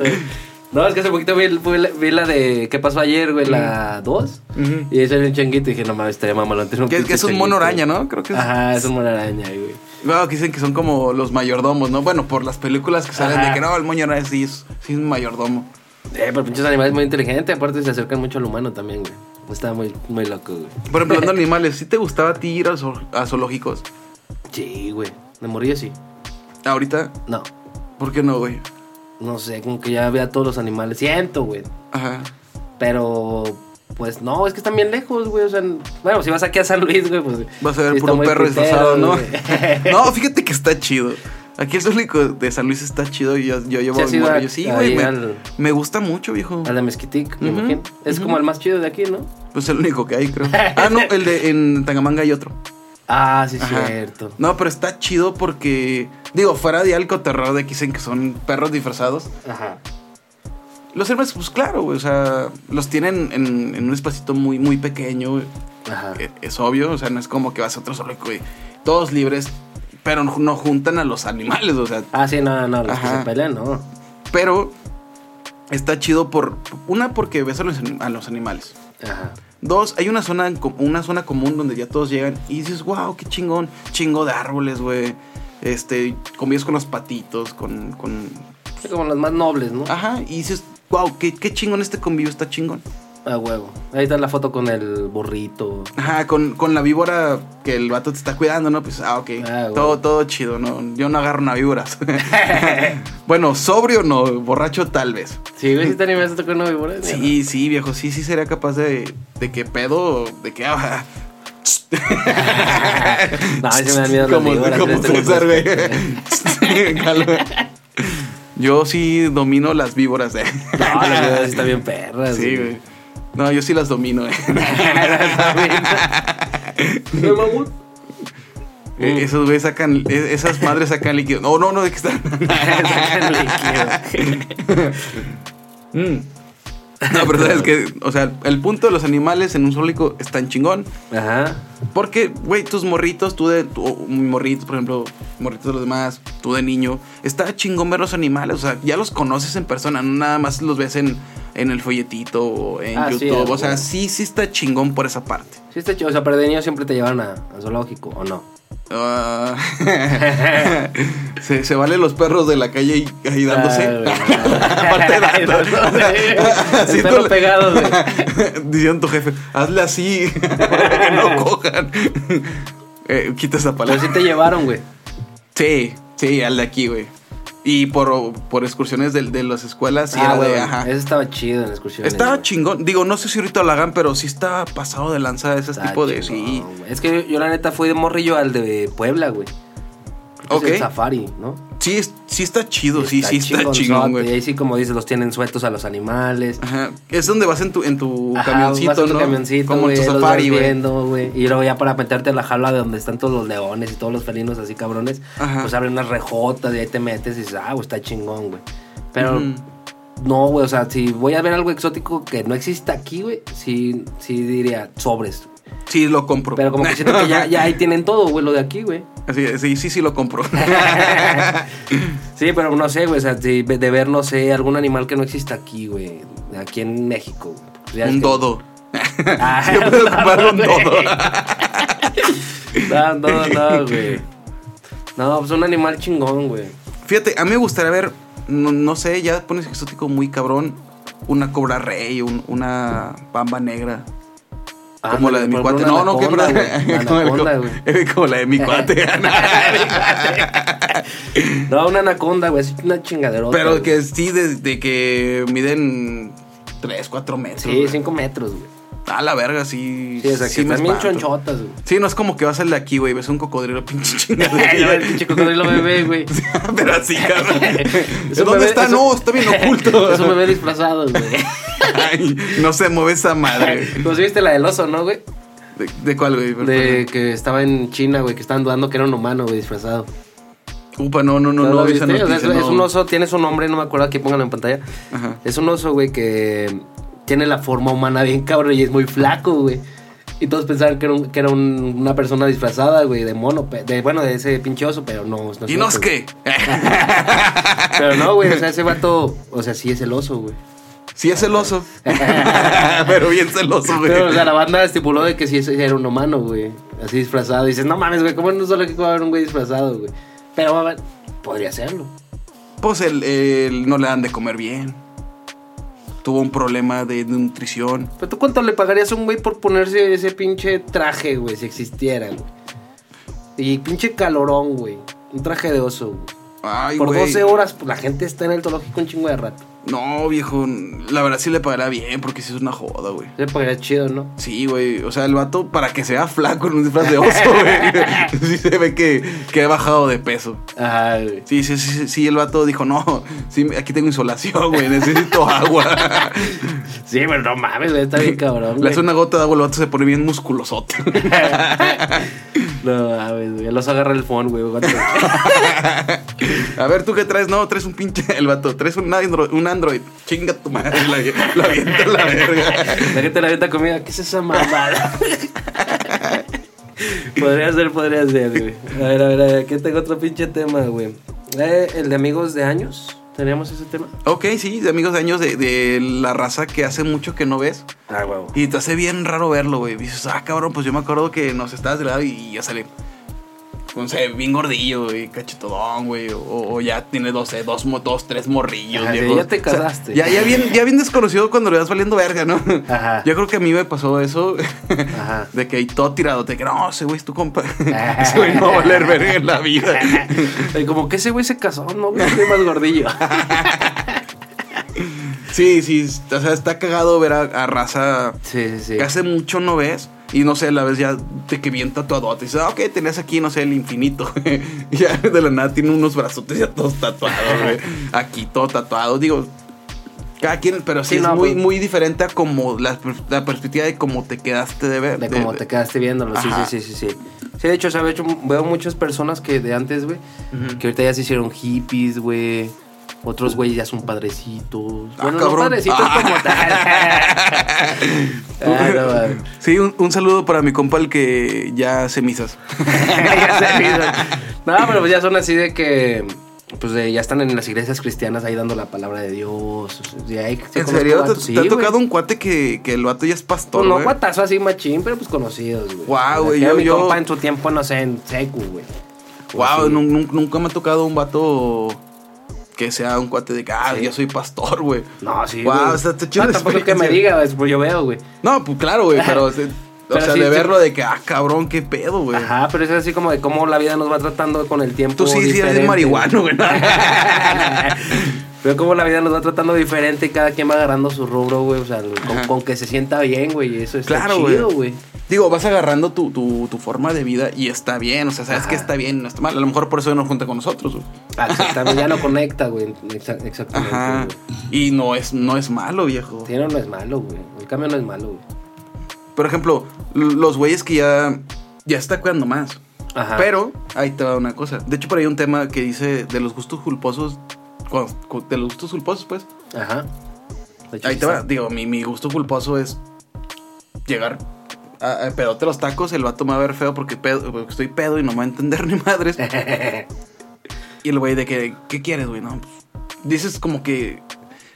No, es que hace poquito vi, el- vi la, vi la de ¿Qué pasó ayer, güey? La 2. Ujú. Y ahí salió un changuito y dije, no mames, estaría mamalón. tener que, es- pinche que es un mono changuito. araña, ¿no? Creo que es. Ajá, es un mono araña, güey. Wow, que dicen que son como los mayordomos, ¿no? Bueno, por las películas que salen Ajá. de que no, el mono araña sí es, sí es un mayordomo. Eh, pero pinches animales muy inteligentes, aparte se acercan mucho al humano también, güey. Está muy, muy loco, güey. Por ejemplo, hablando de animales, ¿sí te gustaba a ti ir a zoo- a zoológicos? Sí, güey. De morir sí. Ahorita, No. ¿por qué no, güey? No sé, como que ya vea todos los animales. Siento, güey. Ajá. Pero, pues no, es que están bien lejos, güey. O sea, n- bueno, si vas aquí a San Luis, güey, pues. Vas a ver sí por está un muy perro pitero, disfrazado, ¿no? güey. no, fíjate que está chido. Aquí el zoológico de San Luis está chido y yo, yo llevo ¿Sí a has mi ido morro, a- yo, sí, ahí güey. Me, al- me gusta mucho, viejo. Al de Mezquitic, me Ujú, imagino. Es ujú. como el más chido de aquí, ¿no? Pues el único que hay, creo. Ah, no, el de en Tangamanga hay otro. Ah, sí, Ajá. cierto. No, pero está chido porque, digo, fuera de algo terror de que dicen que son perros disfrazados. Ajá. Los hermanos, pues claro, güey. O sea, los tienen en, en un espacito muy, muy pequeño. güey. Ajá. E- Es, obvio, o sea, no es como que vas a otro zoológico y todos libres, pero no- no juntan a los animales, o sea, Ah, sí, no, no, los que Ajá. se pelean, no. Pero está chido por. Una, porque ves a los, anim- a los animales. Ajá. Dos, hay una zona, en com- una zona común donde ya todos llegan y dices, wow, qué chingón. Chingo de árboles, güey. Este, comías con los patitos, con. con... Sí, como los más nobles, ¿no? Ajá, y dices, wow, qué, qué chingón este convivio, está chingón. A huevo. Ahí está la foto con el burrito. Ajá, con, con la víbora que el vato te está cuidando, ¿no? Pues, ah, ok. Ah, güey. todo, todo chido, ¿no? Yo no agarro una víbora. bueno, sobrio no, borracho tal vez. Sí, güey, si te animas a tocar una víbora. Sí, sí, viejo, sí, sí sería capaz de, de que pedo, de que... ah, No, sí me dan miedo las como, víboras, este como les tengo César, güey. respeto, Calma. Yo sí domino las víboras, eh. No, la verdad sí está bien perra. Sí, güey. No, yo sí las domino, eh. ¿No, mamut? Eh, Esos güeyes sacan, eh, esas madres sacan líquido. No, no, no, de que están. Sacan líquido. No, pero sabes que, o sea, el punto de los animales en un zoológico es tan chingón. Ajá. Porque, güey, tus morritos, tú de. tú- o mi morrito, por ejemplo, morritos de los demás, tú de niño. Está chingón ver los animales, o sea, ya los conoces en persona, no nada más los ves en, en el folletito o en Ah, sí, YouTube. ah, o sea, güey. sí, sí está chingón por esa parte. Sí está chido. O sea, pero de niño siempre te llevaron a, al zoológico, ¿o no? Ah, se, se valen los perros de la calle y- ahí dándose. Ay, Ah, güey. Aparte de Ay, dando- no, no, Así El tú perro le- pegado, güey. Diciendo tu jefe, hazle así para que no cojan. Eh, quita esa Pero palabra. sí te llevaron, güey. Sí, sí, al de aquí, güey. Y por, por excursiones de, de las escuelas, sí ah, era güey. de, ajá. Eso estaba chido en la excursión. Estaba chingón. Digo, no sé si ahorita lo hagan, pero sí estaba pasado de lanza ese tipo de. Sí. Es que yo, yo la neta fui de morrillo al de Puebla, güey. Creo que es Ok. el safari, ¿no? Sí, es- sí está chido, sí, sí está chingonzote, chingón, Y güey. ahí sí, como dices, los tienen sueltos a los animales. Ajá. Es donde vas en tu, en tu Ajá, camioncito, vas a tu ¿no? camioncito, Como en tu güey, los safari, vas güey. viendo, güey. Y luego ya para meterte a la jaula de donde están todos los leones y todos los felinos así cabrones, Ajá. pues abren unas rejotas y ahí te metes y dices, ah, güey, está chingón, güey. Pero Ujú. no, güey, o sea, si voy a ver algo exótico que no exista aquí, güey, sí, sí diría sobres. Sí, lo compro. Pero como que siento que ya, ya ahí tienen todo, güey, lo de aquí, güey. Así, sí, sí, sí, lo compro. Sí, pero no sé, güey, o sea, si ve- de ver, no sé, algún animal que no exista aquí, güey, aquí en México. güey. Pues ya es un que- dodo. Ah, Yo puedo comprar un güey. dodo. No, no, no, güey. No, pues un animal chingón, güey. Fíjate, a mí me gustaría ver, no, no sé, ya pones exótico muy cabrón, una cobra rey, un- una pamba negra. Ah, como la de mi cuate. No, no, qué perdón. perdón. Como la- güey. Como la de mi cuate. No, una anaconda, güey, es una chingaderota. Pero güey. que sí, de, de que miden 3, 4 metros. Sí, güey. 5 metros, güey. A la verga, sí. Sí, o sea, que sí me están bien espanto. chonchotas, güey. Sí, no es como que vas al de aquí, güey, ves un cocodrilo Ay, pinche chingadero. güey, el pinche cocodrilo bebé, güey. Pero así, cabrón. Es un ¿Dónde bebé- está? es un- no, está bien oculto. Es un bebé disfrazado, güey. Ay, no se mueve esa madre. Pues viste la del oso, ¿no, güey? ¿De, de cuál, güey? De que estaba en China, güey, que estaban dudando que era un humano, güey, disfrazado. Upa, no, no, no, ¿No no, lo vi esa viste? O sea, noticia. es, no. es un oso, tiene su nombre, no me acuerdo, aquí pónganlo en pantalla. Ajá. Es un oso, güey, que tiene la forma humana bien cabrón y es muy flaco, güey. Y todos pensaban que era, un- que era un- una persona disfrazada, güey, de mono, pe- de, bueno, de ese pinche oso, pero no. no es cierto, Inosuke. güey. Pero no, güey, o sea, ese vato, o sea, sí es el oso, güey. Sí es celoso. Pero bien celoso, güey. Pero, o sea, la banda estipuló de que sí ese era un humano, güey. Así disfrazado. Y dices, no mames, güey, ¿cómo en un solo equipo va a haber un güey disfrazado, güey? Pero, a ver, podría serlo. Pues el, el- no le dan de comer bien. Tuvo un problema de nutrición. Pero tú cuánto le pagarías a un güey por ponerse ese pinche traje, güey, si existiera, güey. Y pinche calorón, güey. Un traje de oso, güey. Ay, Por güey. 12 horas pues, la gente está en el zoológico un chingo de rato. No, viejo. La verdad sí le pagará bien porque sí es una joda, güey. Se pagaría chido, ¿no? Sí, güey. O sea, el vato, para que sea flaco en un disfraz de oso, güey. sí se ve que, que ha bajado de peso. Ajá, güey. Sí, sí, sí, sí, el vato dijo, no, sí, aquí tengo insolación, güey, necesito agua. Sí, pero no mames, güey, está bien cabrón, Le güey. hace una gota de agua, el vato se pone bien musculosote. No mames, güey. Los agarra el phone, güey. cuando- A ver, ¿tú qué traes? No, traes un pinche, el vato, traes un Android, un Android. Chinga tu madre, la, la avienta a la verga. La gente le avienta comida. ¿Qué es esa mamada? podría ser, podría ser, güey. A ver, a ver, a ver. Aquí tengo otro pinche tema, güey. Eh, el de amigos de años. ¿Teníamos ese tema? Ok, sí, de amigos de años de, de la raza que hace mucho que no ves. Ah, huevo. Y te hace bien raro verlo, güey. Dices, ah, cabrón, pues yo me acuerdo que nos estabas de lado y ya sale. No sé, bien gordillo, güey, cachetodón, güey. O, o ya tiene, no sé, dos, mo- dos tres morrillos. Ajá, sí, viejos. ya te O sea, casaste. ya, ya, bien, ya bien desconocido cuando le vas valiendo verga, ¿no? Ajá. Yo creo que a mí me pasó eso. Ajá. De que ahí todo tirado. Te que, no, ese güey es tu compa. ese güey no va a valer verga en la vida. Y como que ese güey se casó, no, güey, estoy más gordillo. sí, sí, o sea, está cagado ver a, a raza Sí, sí, sí. que hace mucho no ves. Y no sé, la ves ya de que bien tatuadote. Y dices, ah, ok, tenías aquí, no sé, el infinito. güey". Y ya de la nada tiene unos brazotes ya todos tatuados, güey. Aquí todo tatuado. Digo, Cada quien, pero sí, Sí, es no, muy, pues- muy diferente a como la, per- la perspectiva de cómo te quedaste de ver. De cómo te quedaste viéndolo, sí, Ajá. sí, sí, sí, sí. Sí, de hecho, o sea, de hecho, veo muchas personas que de antes, güey, Ujú. que ahorita ya se hicieron hippies, güey. Otros güeyes ya son padrecitos. Ah, bueno, cabrón. no padrecitos Ah. como tal. Ah, no, güey. sí, un, un saludo para mi compa el que ya hace misas. Ya se rieron. no, pero pues ya son así de que. Pues de- ya están en las iglesias cristianas ahí dando la palabra de Dios. o sea, de ahí sí ¿En conozco serio? ¿Te, vatos, sí, te ha güey. tocado un cuate que, que el vato ya es pastor, Pues no güey? guatazo así machín, pero pues conocidos, güey. Guau, O sea, güey, que yo- mi yo- compa en su tiempo, no sé, en secu, güey. Wow, Así. nun- nun- nunca me ha tocado un vato que sea un cuate de que, ah, Sí. yo soy pastor, güey. No, sí, Guau, güey. está- está chido No, la tampoco es que me experiencia. diga, güey, pues yo veo, güey. No, pues claro, güey, pero, se- o Pero sea, sí, de sí. verlo de que, ah, cabrón, qué pedo, güey. Ajá, pero es así como de cómo la vida nos va tratando con el tiempo. Pues. Tú sí, sí eres diferente. bien marihuano, güey. Pero cómo la vida nos va tratando diferente y cada quien va agarrando su rubro, güey. O sea, con, con que se sienta bien, güey. y Eso está Claro, chido, güey. güey. Digo, vas agarrando tu, tu, tu forma de vida y está bien, o sea, sabes Ajá. que está bien, no está mal. A lo mejor por eso no junta con nosotros, güey. Ah, Exactamente, ya no conecta, güey. Exa- Exactamente. Ajá. güey. Y no es, no es malo, viejo. Sí, no, no es malo, güey. El cambio no es malo, güey. Por ejemplo, l- los güeyes que ya, ya se está cuidando más. Ajá. Pero ahí te va una cosa. De hecho, por ahí hay un tema que dice de los gustos culposos. cu- cu- De los gustos culposos, pues. Ajá. De hecho, Ahí sí te va. está. Digo, mi, mi gusto culposo es llegar a, a pedote los tacos. El vato me va a ver feo porque, pedo- porque estoy pedo y no me va a entender ni madres. y el güey de que, ¿qué quieres, güey? No, pues, dices como que,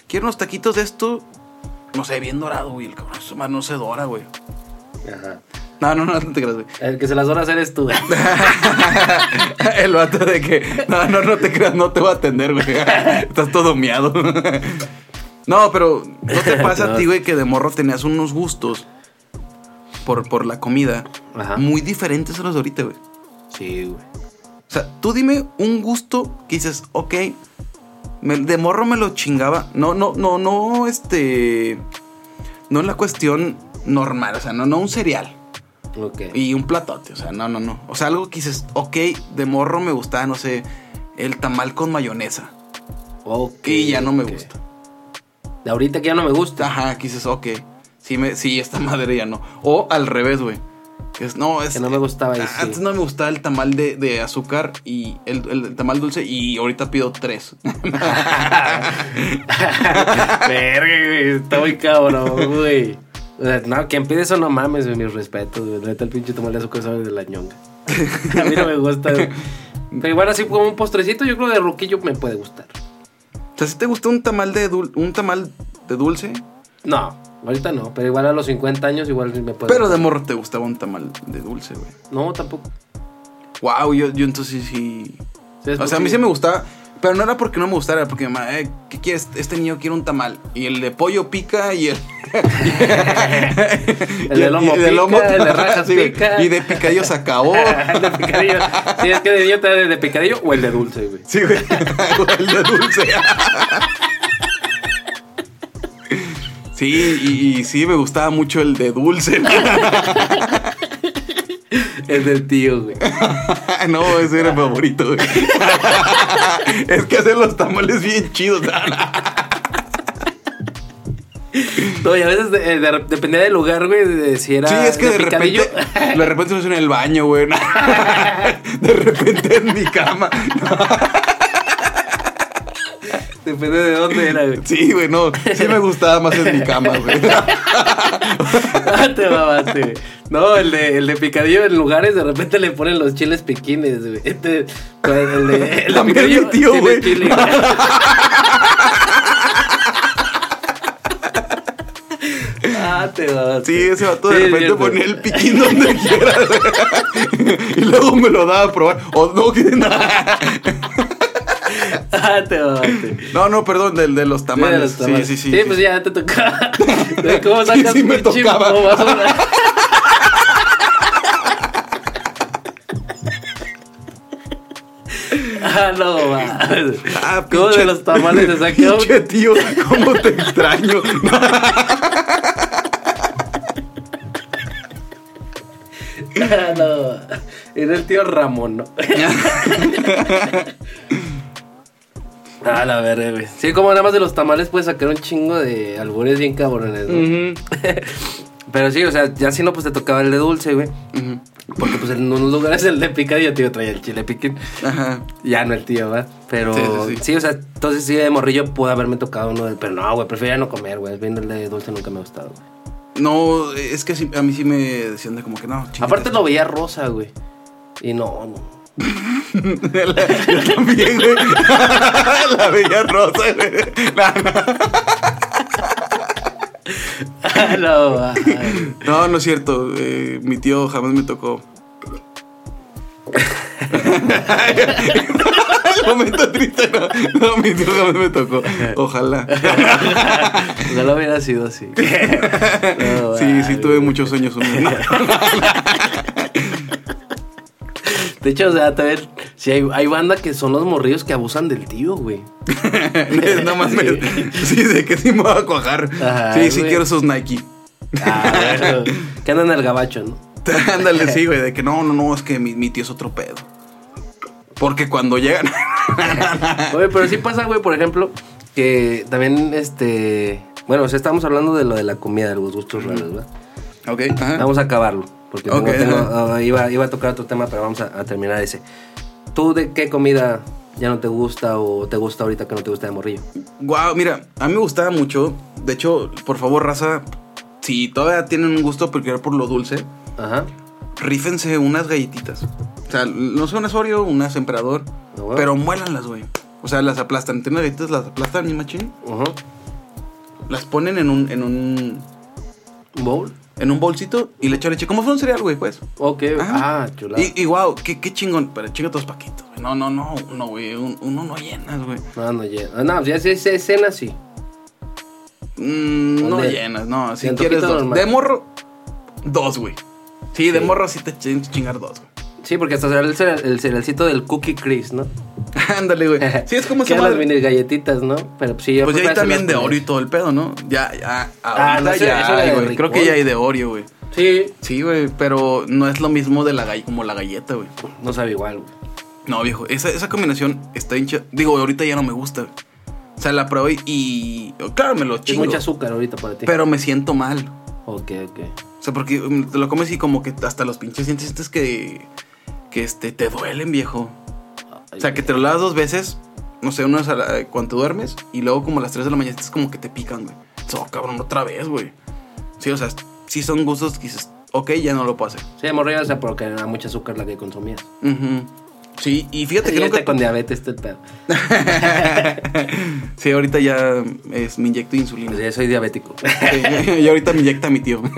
quiero unos taquitos de esto. No sé, bien dorado, güey. El cabrón, su madre no se dora, güey. Ajá. No, no, no, no te creas, güey. El que se las horas eres tú, güey. El vato de que, no, no, no te creas, no te voy a atender, güey. Estás todo miado. No, pero ¿no te pasa a ti, güey, que de morro tenías unos gustos por, por la comida Ajá. muy diferentes a los de ahorita, güey? Sí, güey. O sea, tú dime un gusto que dices, ok, me- de morro me lo chingaba. No, no, no, no, este. No en la cuestión normal, o sea, no, no un cereal. Ok. Y un platote, o sea, no, no, no. O sea, algo que dices, ok, de morro me gustaba, no sé, el tamal con mayonesa. Ok, Y ya no me ok. gusta. Ah, De ahorita que ya no me gusta. Ajá, que dices, ok, sí, me, sí, esta madre ya no. O al revés, güey. Que es, no, es. Que no me gustaba y Ah, sí. Antes no me gustaba el tamal de, de azúcar y el, el- el tamal dulce y ahorita pido tres. Verga, güey. Está muy cabrón, güey. O sea, no, quien pide eso no mames, güey. Mis respetos, güey. Neta, el pinche tamal de azúcar sabe de la ñonga. A mí no me gusta, güey. Pero igual así como un postrecito, yo creo de ruquillo me puede gustar. o sea, si te gustó un tamal de dul- un tamal de dulce, No, ahorita no. Pero igual a los 50 años igual sí me puede pero de gustar. morro te gustaba un tamal de dulce, güey. No, tampoco. Wow, yo, yo entonces sí. ¿Sabes O por sea, a qué? mí sí me gustaba, pero no era porque no me gustara, era porque mi mamá, eh, ¿qué quieres? Este niño quiere un tamal. Y el de pollo pica y el. El de lomo y pica, el de rajas sí, güey. pica. Y de picadillo se acabó. El de picadillo. Sí, es que de niño te da el de picadillo o el de dulce, güey. sí, güey. O el de dulce. Sí, y, y sí, me gustaba mucho el de dulce. El del tío, güey. No, ese era mi favorito. güey. Es que hacen los tamales bien chidos. No, y a veces de- de- dependía del lugar, güey, de si era. Sí, es que de, picadillo. repente, de repente estoy en el baño, güey. De repente en mi cama. Depende de dónde era, güey. Sí, güey, no. Sí me gustaba más en mi cama, güey. Ah, Te mamaste, güey. No, el de, el de picadillo en lugares de repente le ponen los chiles piquines, güey. Este, el de, el de También mi tío, tiene güey. chile, güey. Ah, te mamaste. Sí, ese vato de Sí, es repente cierto. ponía el piquín donde quiera. güey. Y luego me lo daba a probar. O no, que nada. Ah, te mamaste. No, no, perdón, del de los Sí, de tamales. los Sí, tamales. sí, sí. Sí, pues ya te tocaba. De ¿Cómo Sí, sacas sí me pinche tocaba. babazona. Ah, no, va. Ah, ¿Cómo pinche- de los tamales te saca Pinche un- tío, cómo te extraño. Ah, no, va. Era el tío Ramón, ¿no? Ah, la verga, güey. Sí, como nada más de los tamales puedes sacar un chingo de albures bien cabrones, ¿no? Pero sí, o sea, ya si no, pues te tocaba el de dulce, güey. Porque pues en unos lugares el de picadillo, tío, traía el chile piquín. Ajá. Ya no el tío, ¿verdad? Pero sí, Sí, sí, sí. o sea, entonces sí de morrillo pudo haberme tocado uno de... Pero no, güey, prefería no comer, güey. Viendo el de dulce nunca me ha gustado, güey. No, es que sí- a mí sí me decían de como que no. chingate Aparte esto. lo veía rosa, güey. Y no, no. Yo también, güey. La bella rosa, güey. no, ah, No, no es cierto. eh, mi tío jamás me tocó. El momento triste, no. No, mi tío jamás me tocó. Ojalá. no lo hubiera sido así. No, Sí, sí, ah, tuve güey. muchos sueños húmedos. De hecho, o sea, también, si hay, hay banda que son los morrillos que abusan del tío, güey. No más me. Sí, de que sí me voy a cuajar. Ajá, Sí, sí güey. quiero esos Nike. Ah, bueno, que andan en el gabacho, ¿no? Ándale, sí, güey, de que no, no, no, es que mi, mi tío es otro pedo. Porque cuando llegan. Oye, pero sí pasa, güey, por ejemplo, que también, este... Bueno, o sea, estamos hablando de lo de la comida, de los gustos raros, ¿verdad? ok, ajá. Vamos a acabarlo, porque tengo- Ok, tengo- ajá. ah, iba, iba a tocar otro tema, pero vamos a, a terminar ese. ¿Tú de qué comida ya no te gusta o te gusta ahorita que no te gusta de morrillo? Wow, mira, a mí me gustaba mucho. De hecho, por favor, raza, si todavía tienen un gusto peculiar por lo dulce, Ajá. rífense unas galletitas. O sea, no sé, unas Oreo, unas Emperador, Ah, bueno. pero muélanlas, güey. O sea, las aplastan. Tienen galletitas, las aplastan, mi machín. Ajá. Las ponen en un, en un, ¿Bowl? en un bolsito y le echan leche. Como fue un cereal, güey, pues. Ok. Ajá. Ah, chulada. Y, y wow, qué, qué chingón. Pero chinga todos paquitos, güey. No, no, no, no, güey. un- Uno no llenas, güey. No, no llega. Ah, No, ya si es escena, sí. Mm, no ¿Dónde? llenas, no. Si ¿De quieres antojito dos. normal? De morro, dos, güey. Sí, de Sí. morro sí te chin- chingar dos, güey. Sí, porque hasta será el, cere- el cerealcito del Cookie Crisp, ¿no? Ándale, güey. Sí, es como se se las madre. mini galletitas, ¿no? Pero pues, sí, yo Pues ya hay prefiero también de hacerlas Oreo y con- todo el pedo, ¿no? Ya, ya. Ah, no, ahorita eso- eso ya era hay, de güey. Creo que Ricolino. ya hay de Oreo, güey. Sí, Sí, güey, pero no es lo mismo de la gall- como la galleta, güey. no sabe igual, güey. No, viejo, esa, esa combinación está hincha. Digo, ahorita ya no me gusta, güey. O sea, la probé y. Claro, me lo Es chingo. mucho azúcar ahorita para ti. Pero me siento mal. Ok, ok. O sea, porque mm, te lo comes y como que hasta los pinches dientes sientes que. que este, te duelen, viejo. Ay, O sea, que te lo lavas dos veces, no sé, una es a la- eh, cuando duermes y luego como a las 3 de la mañana es como que te pican, güey. Dices, Oh, cabrón, otra vez, güey. Sí, o sea, sí son gustos que dices, ok, ya no lo puedo hacer. Sí, morrillo, o sea, porque era mucho azúcar la que consumías. Ujú. Sí, y fíjate Y que ahorita nunca... con diabetes este pedo. sí, ahorita ya es, me inyecto insulina. Pues ya soy diabético. Sí, y ahorita me inyecta mi tío.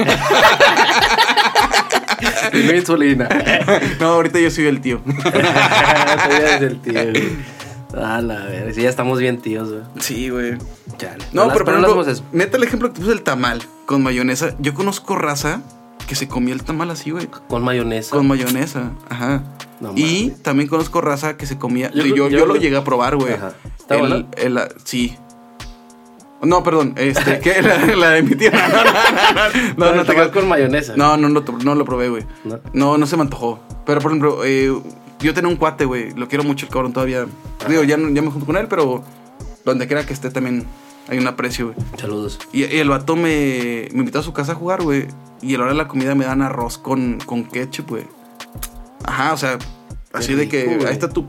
no insulina. no, ahorita yo soy el tío. Soy desde el tío, güey. Ah, la verga. Sí, ya estamos bien tíos, güey. Sí, güey. Chale. No, las- pero, por no ejemplo, hacemos eso. neta el ejemplo que te puse el tamal con mayonesa. Yo conozco raza que se comió el tamal así, güey. Con mayonesa. Con mayonesa, ajá. No y mames. también conozco raza que se comía. Yo creo- Yo, yo, yo lo creo- llegué a probar, güey. Ajá. ¿Está El- buena? el- la- sí. No, perdón, este, ¿qué? La, la de mi tía. No, Con no, no, no, el no, tamal te creas. con mayonesa. no, no, no, no, lo probé, güey. ¿No? No, no se me antojó. Pero, por ejemplo, eh, yo tenía un cuate, güey. Lo quiero mucho, el cabrón todavía. Digo, ya, no- ya me junto con él, pero donde quiera que esté también hay un aprecio, güey. Saludos. Y, y el vato me, me invitó a su casa a jugar, güey. Y a la hora de la comida me dan arroz con, con ketchup, güey. Ajá, o sea, así de rico, que güey. ahí está tu.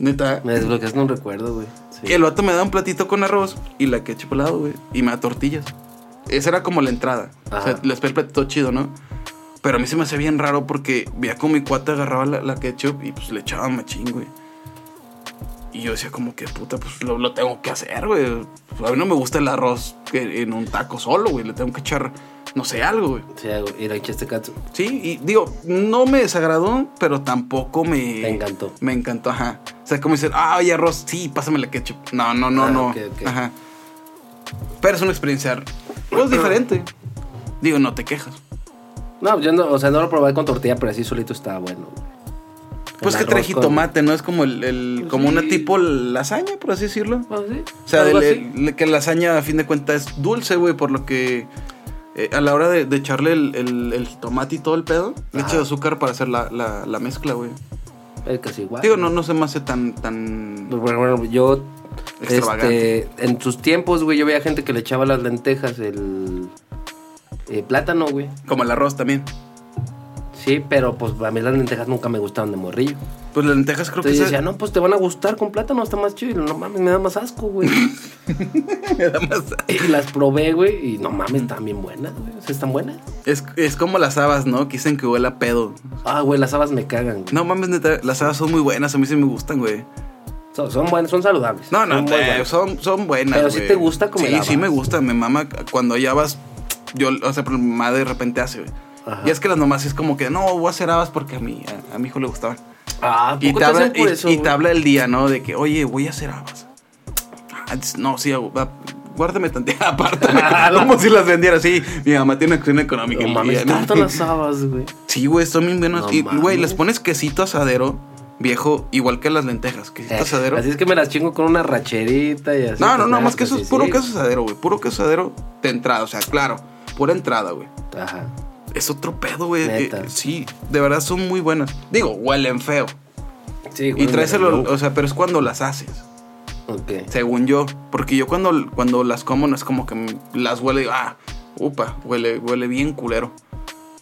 Neta. Me desbloqueaste un recuerdo, güey. Sí. Y el vato me da un platito con arroz y la ketchup al lado, güey. Y me da tortillas. Esa era como la entrada. O sea, Ajá. les pedí el platito chido, ¿no? Pero a mí se me hacía bien raro porque veía como mi cuate agarraba la, la ketchup y pues le echaba machín, güey. Y yo decía como que puta, pues lo, lo tengo que hacer, güey. A mí no me gusta el arroz que- en un taco solo, güey. Le tengo que echar, no sé, algo, güey. Sí, güey, y la echaste catsup. Sí, y digo, no me desagradó, pero tampoco me... Te encantó. Me encantó, ajá. O sea, como dicen, ah, oye, arroz, sí, pásame la ketchup. No, no, no, Ah, no. ok, ok. Ajá. Pero es una experiencia pues, diferente. Digo, no te quejas. No, yo no, o sea, no lo probé con tortilla, pero así solito estaba bueno. güey. Pues El que arroz traje con- tomate, ¿no? Es como el, el- Pues como una sí. tipo lasaña, por así decirlo. Bueno, Pues sí, O sea, algo de- así. le- que lasaña a fin de cuentas es dulce, güey, por lo que eh, a la hora de, de echarle el, el- el tomate y todo el pedo, le Ajá. echas azúcar para hacer la, la- la mezcla, güey. Es Eh, casi igual. Digo, no, no se me hace tan, tan... Pues, Por ejemplo, yo Extravagante. Este, en sus tiempos, güey, yo veía gente que le echaba las lentejas, el eh, plátano, güey. Como el arroz también. Sí, pero pues a mí las lentejas nunca me gustaban de morrillo. Pues las lentejas creo Entonces yo que decía, esa- no, pues te van a gustar con plátano, está más chido. Y no mames, me da más asco, güey. me da más- y las probé, güey, y no mames, están bien buenas, güey. O sea, están buenas. Es, es como las habas, ¿no? Que dicen que huele a pedo. Ah, güey, las habas me cagan. güey. No mames, neta, las habas son muy buenas, a mí sí me gustan, güey. Son, son buenas, son saludables. No, no, Son muy te- buenas. son, son buenas. Pero sí güey. te gusta comer Sí, sí habas. me gusta, me mama cuando ya vas, yo, o sea, pero mi madre de repente hace, güey. Ajá. Y es que las nomás es como que, no, voy a hacer habas porque a mí, a, a mi hijo le gustaban. Ah, Y ¿poco te, habla, hacen por y- eso, y güey? te habla el día, ¿no? De que, oye, voy a hacer habas. Ah, dices, No, sí, hago, va, guárdame tantita aparte. como si las vendiera, sí. Mi mamá tiene acción económica. No el mames, día, ¿no? tanto las habas, güey. Sí, güey, son bien buenos. No y, güey, mames. les pones quesito asadero, viejo, igual que las lentejas. Quesito asadero. Eh, Así es que me las chingo con una racherita y así. No, no, pues, no, nada, más que pues, eso sí, es puro sí. queso asadero, güey. Puro queso asadero de entrada, o sea, claro, pura entrada, güey. Ajá. Es otro pedo, güey. Neta. eh, sí, de verdad son muy buenas. Digo, huelen feo. Sí, Y güey, traes el no. ol- o sea, pero es cuando las haces, Ok. según yo. Porque yo cuando, cuando las como no es como que m- las huele, digo, ah, upa, huele, huele bien culero.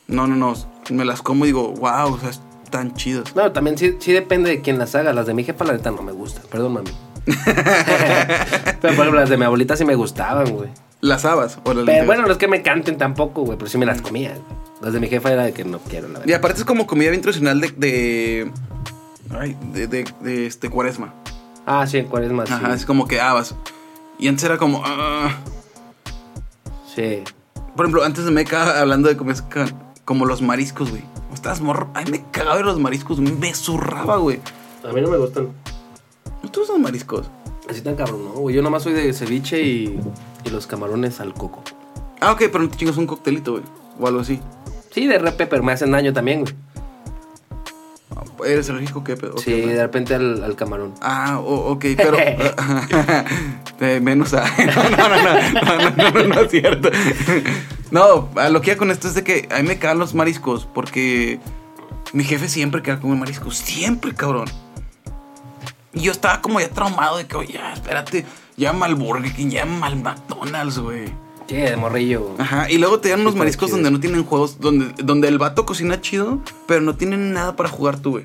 No, no, no, me las como y digo, wow, o sea, están chidas. No, también sí, sí depende de quién las haga. Las de mi jefa, la neta, no me gustan. Perdón, mami. pero por ejemplo, las de mi abuelita sí me gustaban, güey. Las habas o las Pero lentejas. bueno, no es que me canten tampoco, güey, pero sí me las comía. güey. Las de mi jefa era de que no quiero, la Y verdad. aparte es como comida bien tradicional de... de ay, de, de, de este cuaresma. Ah, sí, ¿cuál es más? Ajá, es sí. como que habas. Y antes era como. ah. sí. Por ejemplo, antes me cagaba hablando de comer ca- como los mariscos, güey. Cuando Estabas morro. Ay, me cagaba de los mariscos. Me zurraba, güey. A mí no me gustan. ¿No te gustan los mariscos? Así tan cabrón, ¿no? Güey, yo nomás soy de ceviche y, y los camarones al coco. Ah, ok, pero no te chingas un coctelito, güey. O algo así. Sí, de repente, pero me hacen daño también, güey. Ah, ¿Eres alérgico? ¿Qué pedo? Sí, Ok, güey. de repente al, al camarón. Ah, o- ok, pero. eh, menos a. No, no, no, no, no, no, no, no es cierto. No, a lo que iba con esto es de que a mí me cagan los mariscos porque mi jefe siempre queda comer mariscos. Siempre, cabrón. Y yo estaba como ya traumado de que, oye, espérate, llama al Burger King, llama al McDonald's, güey. Sí, de morrillo. güey. Ajá, y luego te dan unos Está mariscos chido. donde no tienen juegos, donde, donde el vato cocina chido, pero no tienen nada para jugar tú, güey.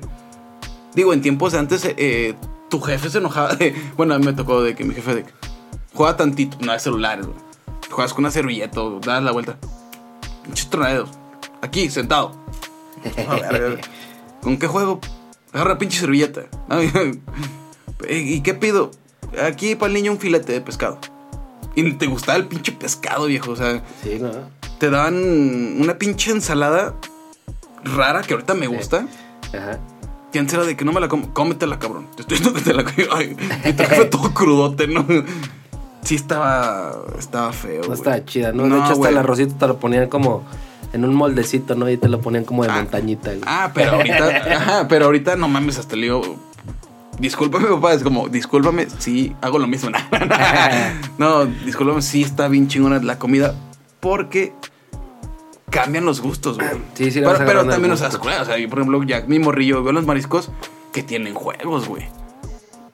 Digo, en tiempos de antes, eh, eh, tu jefe se enojaba de. Bueno, a mí me tocó de que mi jefe de. que, Juega tantito, no hay celulares, güey. Juegas con una servilleta, o das la vuelta. Pinches tronaderos. Aquí, sentado. A ver, a ver, a ver. ¿Con qué juego? Agarra pinche servilleta. Ay, eh, ¿Y qué pido? Aquí para el niño un filete de pescado. Y ni te gustaba el pinche pescado, viejo. O sea, Sí, ¿no? te daban una pinche ensalada rara que ahorita me gusta. Ajá. Que antes era de que no me la como. Cómetela, cabrón. Te estoy diciendo que te la co- Ay, y te fue todo crudote, ¿no? Sí, estaba. Estaba feo. No güey. estaba chida, ¿no? de hecho, hasta güey. el arrocito te lo ponían como en un moldecito, ¿no? Y te lo ponían como de Ah. montañita, güey. Ah, pero ahorita. ajá, pero ahorita no mames, hasta le digo. Discúlpame, papá. Es como, discúlpame, sí, hago lo mismo. no, discúlpame, sí, está bien chingona la comida. Porque cambian los gustos, güey. Ah, Sí, sí, le Pero, vas pero agarrando también el nos gusto. ascuela. O sea, yo, por ejemplo, ya mi morrillo veo los mariscos que tienen juegos, güey.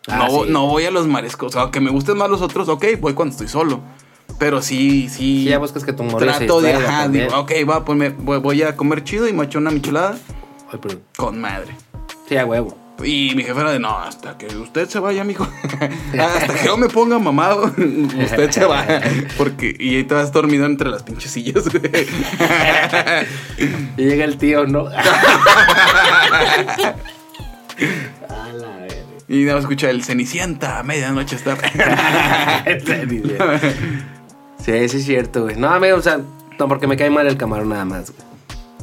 Ah, no, sí. no voy a los mariscos. Aunque me gusten más los otros, ok, voy cuando estoy solo. Pero sí, sí. Sí, ya buscas que tu morrillo se Trato de, distraiga ajá, también. digo, ok, va, pues me- voy, voy a comer chido y me echo una michelada Ay, perdón. con madre. Sí, a huevo. Y mi jefe era de, no, hasta que usted se vaya, mijo. hasta que yo me ponga mamado, usted se va. Porque, y ahí te vas dormido entre las pinches sillas, güey. Y llega el tío, ¿no? A la verga. Y nada más escucha el Cenicienta, a medianoche está. Ni idea. Sí, sí es cierto, güey. No, amigo, o sea, no, porque me cae mal el camarón nada más, güey.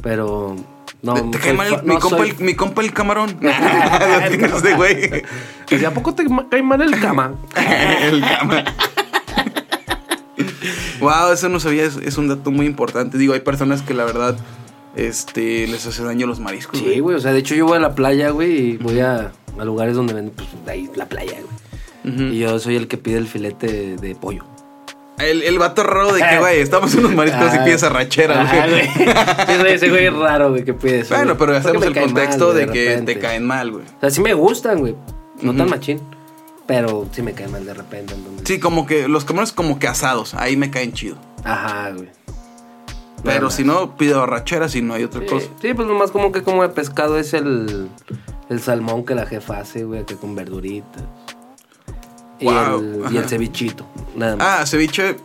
Pero, no. Te- te cae soy mal fa- el- mi, Pues no compa soy- el, mi compa el camarón. Lo tienes de güey. ¿Y a poco te ma- cae mal el cama? el cama. wow, eso no sabía, es, es un dato muy importante. Digo, hay personas que la verdad este, les hace daño los mariscos. Sí, güey. O sea, de hecho, yo voy a la playa, güey, y voy a, a lugares donde venden, pues, ahí, la playa, güey. Ujú. Y yo soy el que pide el filete de, de pollo. El, el vato raro de que, güey, estamos unos mariscos y Ah. pides arrachera, Ah, güey. Sí, güey, ese güey es raro, güey, que pide eso. Bueno, güey. pero Porque hacemos me el cae mal, contexto güey, de que te repente. caen mal, güey. O sea, sí me gustan, güey. No tan machín. pero sí me cae mal de repente. entonces- Sí, como que los camarones como que asados, ahí me caen chido. Ajá, güey. Pero Nada si no, pido borrachera, si no hay otra más. cosa. Sí, sí, pues lo más común que como de pescado es el, el salmón que la jefa hace, güey, que con verduritas. Y, Guau, el, y el ajá. cevichito, nada más. Ah, ceviche,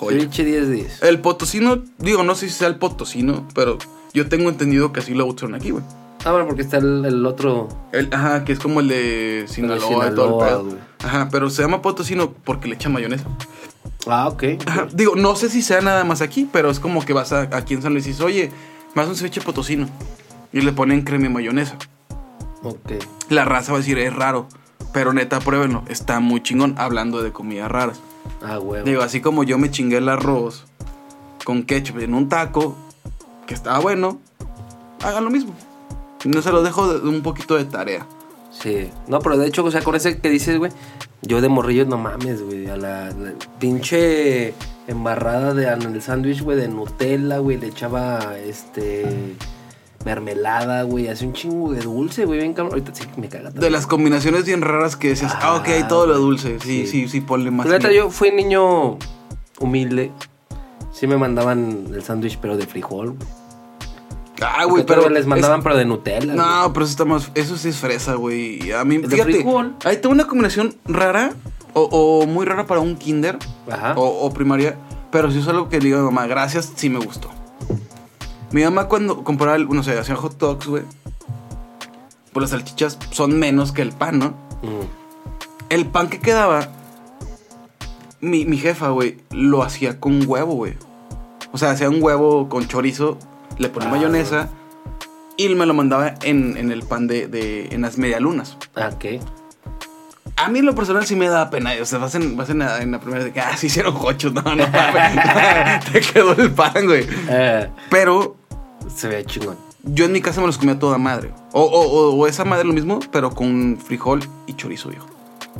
joya. Eh. Ceviche 10-10. El potosino, digo, no sé si sea el potosino, pero yo tengo entendido que así lo usaron aquí, güey. Ah, bueno, porque está el, el otro. El- ajá, que es como el de Sinaloa, y todo Sinaloa, el pedo. güey. Ajá, pero se llama potosino porque le echan mayonesa. Ah, ok. Ajá, digo, no sé si sea nada más aquí, pero es como que vas a, aquí en San Luis y dices, oye, más un ceviche potosino. Y le ponen crema y mayonesa. Ok. La raza va a decir, es raro. Pero neta, pruébenlo. Está muy chingón hablando de comidas raras. Ah, huevo. Digo, así como yo me chingué el arroz con ketchup en un taco, que estaba bueno, hagan lo mismo. No se los dejo de- un poquito de tarea. Sí. No, pero de hecho, o sea, con ese que dices, güey, yo de morrillo no mames, güey. A la, la pinche embarrada de en el sándwich, güey, de Nutella, güey, le echaba este mermelada, güey, hace un chingo de dulce, güey, bien cabrón. Ahorita sí que me caga. De las combinaciones bien raras que decías, ah, Ah, ok, todo lo güey. dulce. Sí. Sí, sí, sí, ponle más. La Ah, neta, miel. yo fui niño humilde. Sí me mandaban el sándwich, pero de frijol, güey. Ah, güey, Porque pero. les es- mandaban, pero de Nutella. güey. No, pero eso está más. Eso sí es fresa, güey. A mí, de fíjate. frijol. Ahí tengo una combinación rara o, o muy rara para un kinder Ajá. o, o primaria. Pero sí es algo que le digo a mi mamá, gracias, sí me gustó. Mi mamá cuando compraba, el- no sé, hacía hot dogs, güey. Pues las salchichas son menos que el pan, ¿no? Mm. El pan que quedaba, mi, mi jefa, güey, lo hacía con huevo, güey. O sea, hacía un huevo con chorizo, le ponía Ah. mayonesa y me lo mandaba en, en el pan de, de- en las medialunas. Ah, ¿qué? A mí en lo personal sí me daba pena. O sea, vas en, vas en la, en la primera de que, ah, sí hicieron cochos. No, no, mames. te quedó el pan, güey. Eh, Pero se ve chingón. yo en mi casa me los comía toda madre. O, o- o- o esa madre lo mismo, pero con frijol y chorizo, viejo.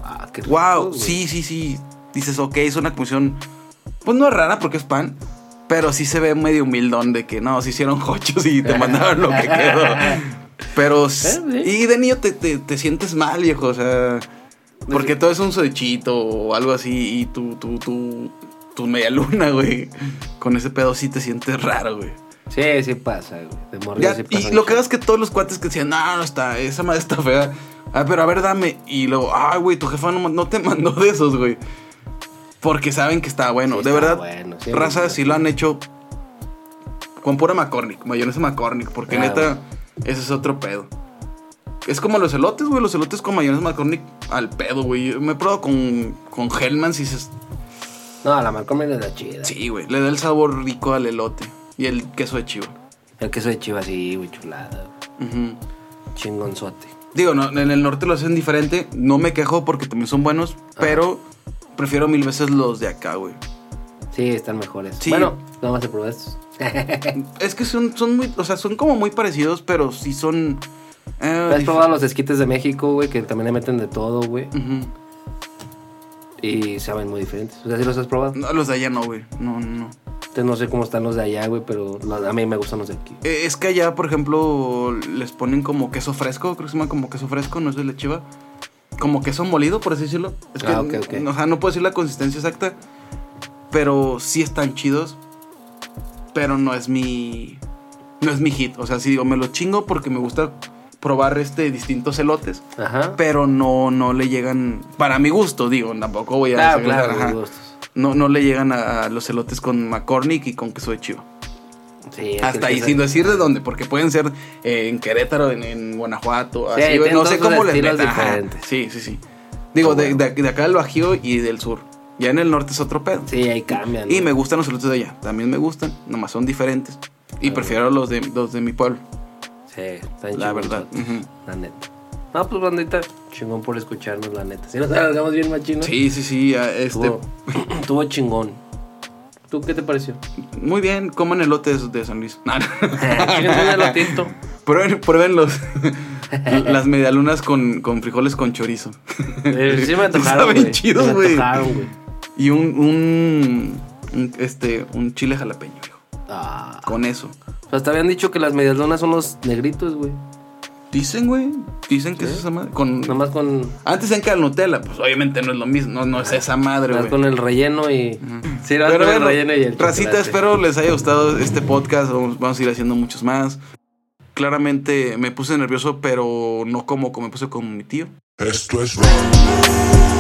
Ah, qué rico, Wow, güey. sí, sí, sí. Dices, ok, es una comisión. Pues no es rara porque es pan, pero sí se ve medio humildón de que no, se hicieron jochos y te mandaron lo que quedó. Pero. s- Eh, sí. Y de niño te, te- te sientes mal, viejo, o sea. Porque todo es un sodichito o algo así y tu, tu, tu, tu media luna, güey. Con ese pedo sí te sientes raro, güey. Sí, sí pasa, güey. De morrillo Ya, sí pasa. y lo que hagas que todos los cuates que decían, no, no está, esa madre está fea. Ah, pero a ver, dame. Y luego, ah, güey, tu jefa no, ma- no te mandó de esos, güey. Porque saben que está bueno. Sí, de está verdad, bueno, sí, raza, sí. si lo han hecho con pura McCormick, mayonesa McCormick. Porque Ah, neta, ese es otro pedo. Es como los elotes, güey. Los elotes con mayonesa McCormick al pedo, güey. Yo Me he probado con, con Hellman's y dices, No, la Malcolm es la chida. sí, güey, le da el sabor rico al elote y el queso de chivo. El queso de chiva, sí, güey, chulada. güey. Ujú. Chingonzote. Digo, no, en el norte lo hacen diferente. No me quejo porque también son buenos, pero prefiero mil veces los de acá, güey. Sí, están mejores. Sí. Bueno, nada más de probar estos. Es que son, son muy, o sea, son como muy parecidos, pero sí son. eh, ¿Has dif- probado los esquites de México, güey? Que también le meten de todo, güey. Ujú. Y saben muy diferentes. O sea, ¿sí los has probado? No, los de allá no, güey. No, no, no. Entonces no sé cómo están los de allá, güey, pero los- a mí me gustan los de aquí. Eh, es que allá, por ejemplo, les ponen como queso fresco, creo que se llama como queso fresco, no es de lechiva. Como queso molido, por así decirlo. Es que, Ah, ok, ok. n- O sea, no puedo decir la consistencia exacta, pero sí están chidos. Pero no es mi. No es mi hit. O sea, sí digo, me lo chingo porque me gusta probar este distintos elotes. Ajá. Pero no, no le llegan. Para mi gusto, digo, tampoco voy a. claro, desagradar, Ah, claro, ajá. los gustos. No, no le llegan a, a los elotes con McCormick y con queso de chivo. Sí, es que Hasta el ahí, queso- sin decir de dónde, porque pueden ser eh, en Querétaro, en, en Guanajuato, Sí, así, güey, tienen no todos sé sus cómo les estilos metan, ajá. diferentes. Sí, sí, sí. Digo, Ah, de, bueno. de- de acá del Bajío y del sur. Ya en el norte es otro pedo. Sí, ahí cambian. Y ¿no? me gustan los elotes de allá, también me gustan, nomás son diferentes. Y Ah, prefiero los de, los de mi pueblo, Sí, están la verdad. chingonzotes. Ujú. La neta. No, pues bandita, chingón por escucharnos, la neta. Si nos alargamos bien machino. Sí, sí, sí, ah, este, Estuvo, estuvo chingón. ¿Tú qué te pareció? muy bien, coman elotes de San Luis. Nah, no. Chingas un elotito. Prueben, pruébenlos. Las medialunas con, con frijoles con chorizo. Eh, Sí me antojaron, Saben güey. chidos, Me güey. antojaron, güey. Y un, un, un, este, un chile jalapeño, viejo. Ah. Con eso. Hasta habían dicho que las medias donas son los negritos, güey. Dicen, güey. Dicen que ¿Sí? es esa madre. Con, Nomás con, Antes decían que la Nutella, pues obviamente no es lo mismo. No, no es esa madre, nomás güey. con el relleno y. Sí, nomás con Pero el bueno, relleno y el. Racita, chocolate. espero les haya gustado este podcast. Vamos, vamos a ir haciendo muchos más. Claramente me puse nervioso, pero no como, como me puse con mi tío. Esto es Rumble.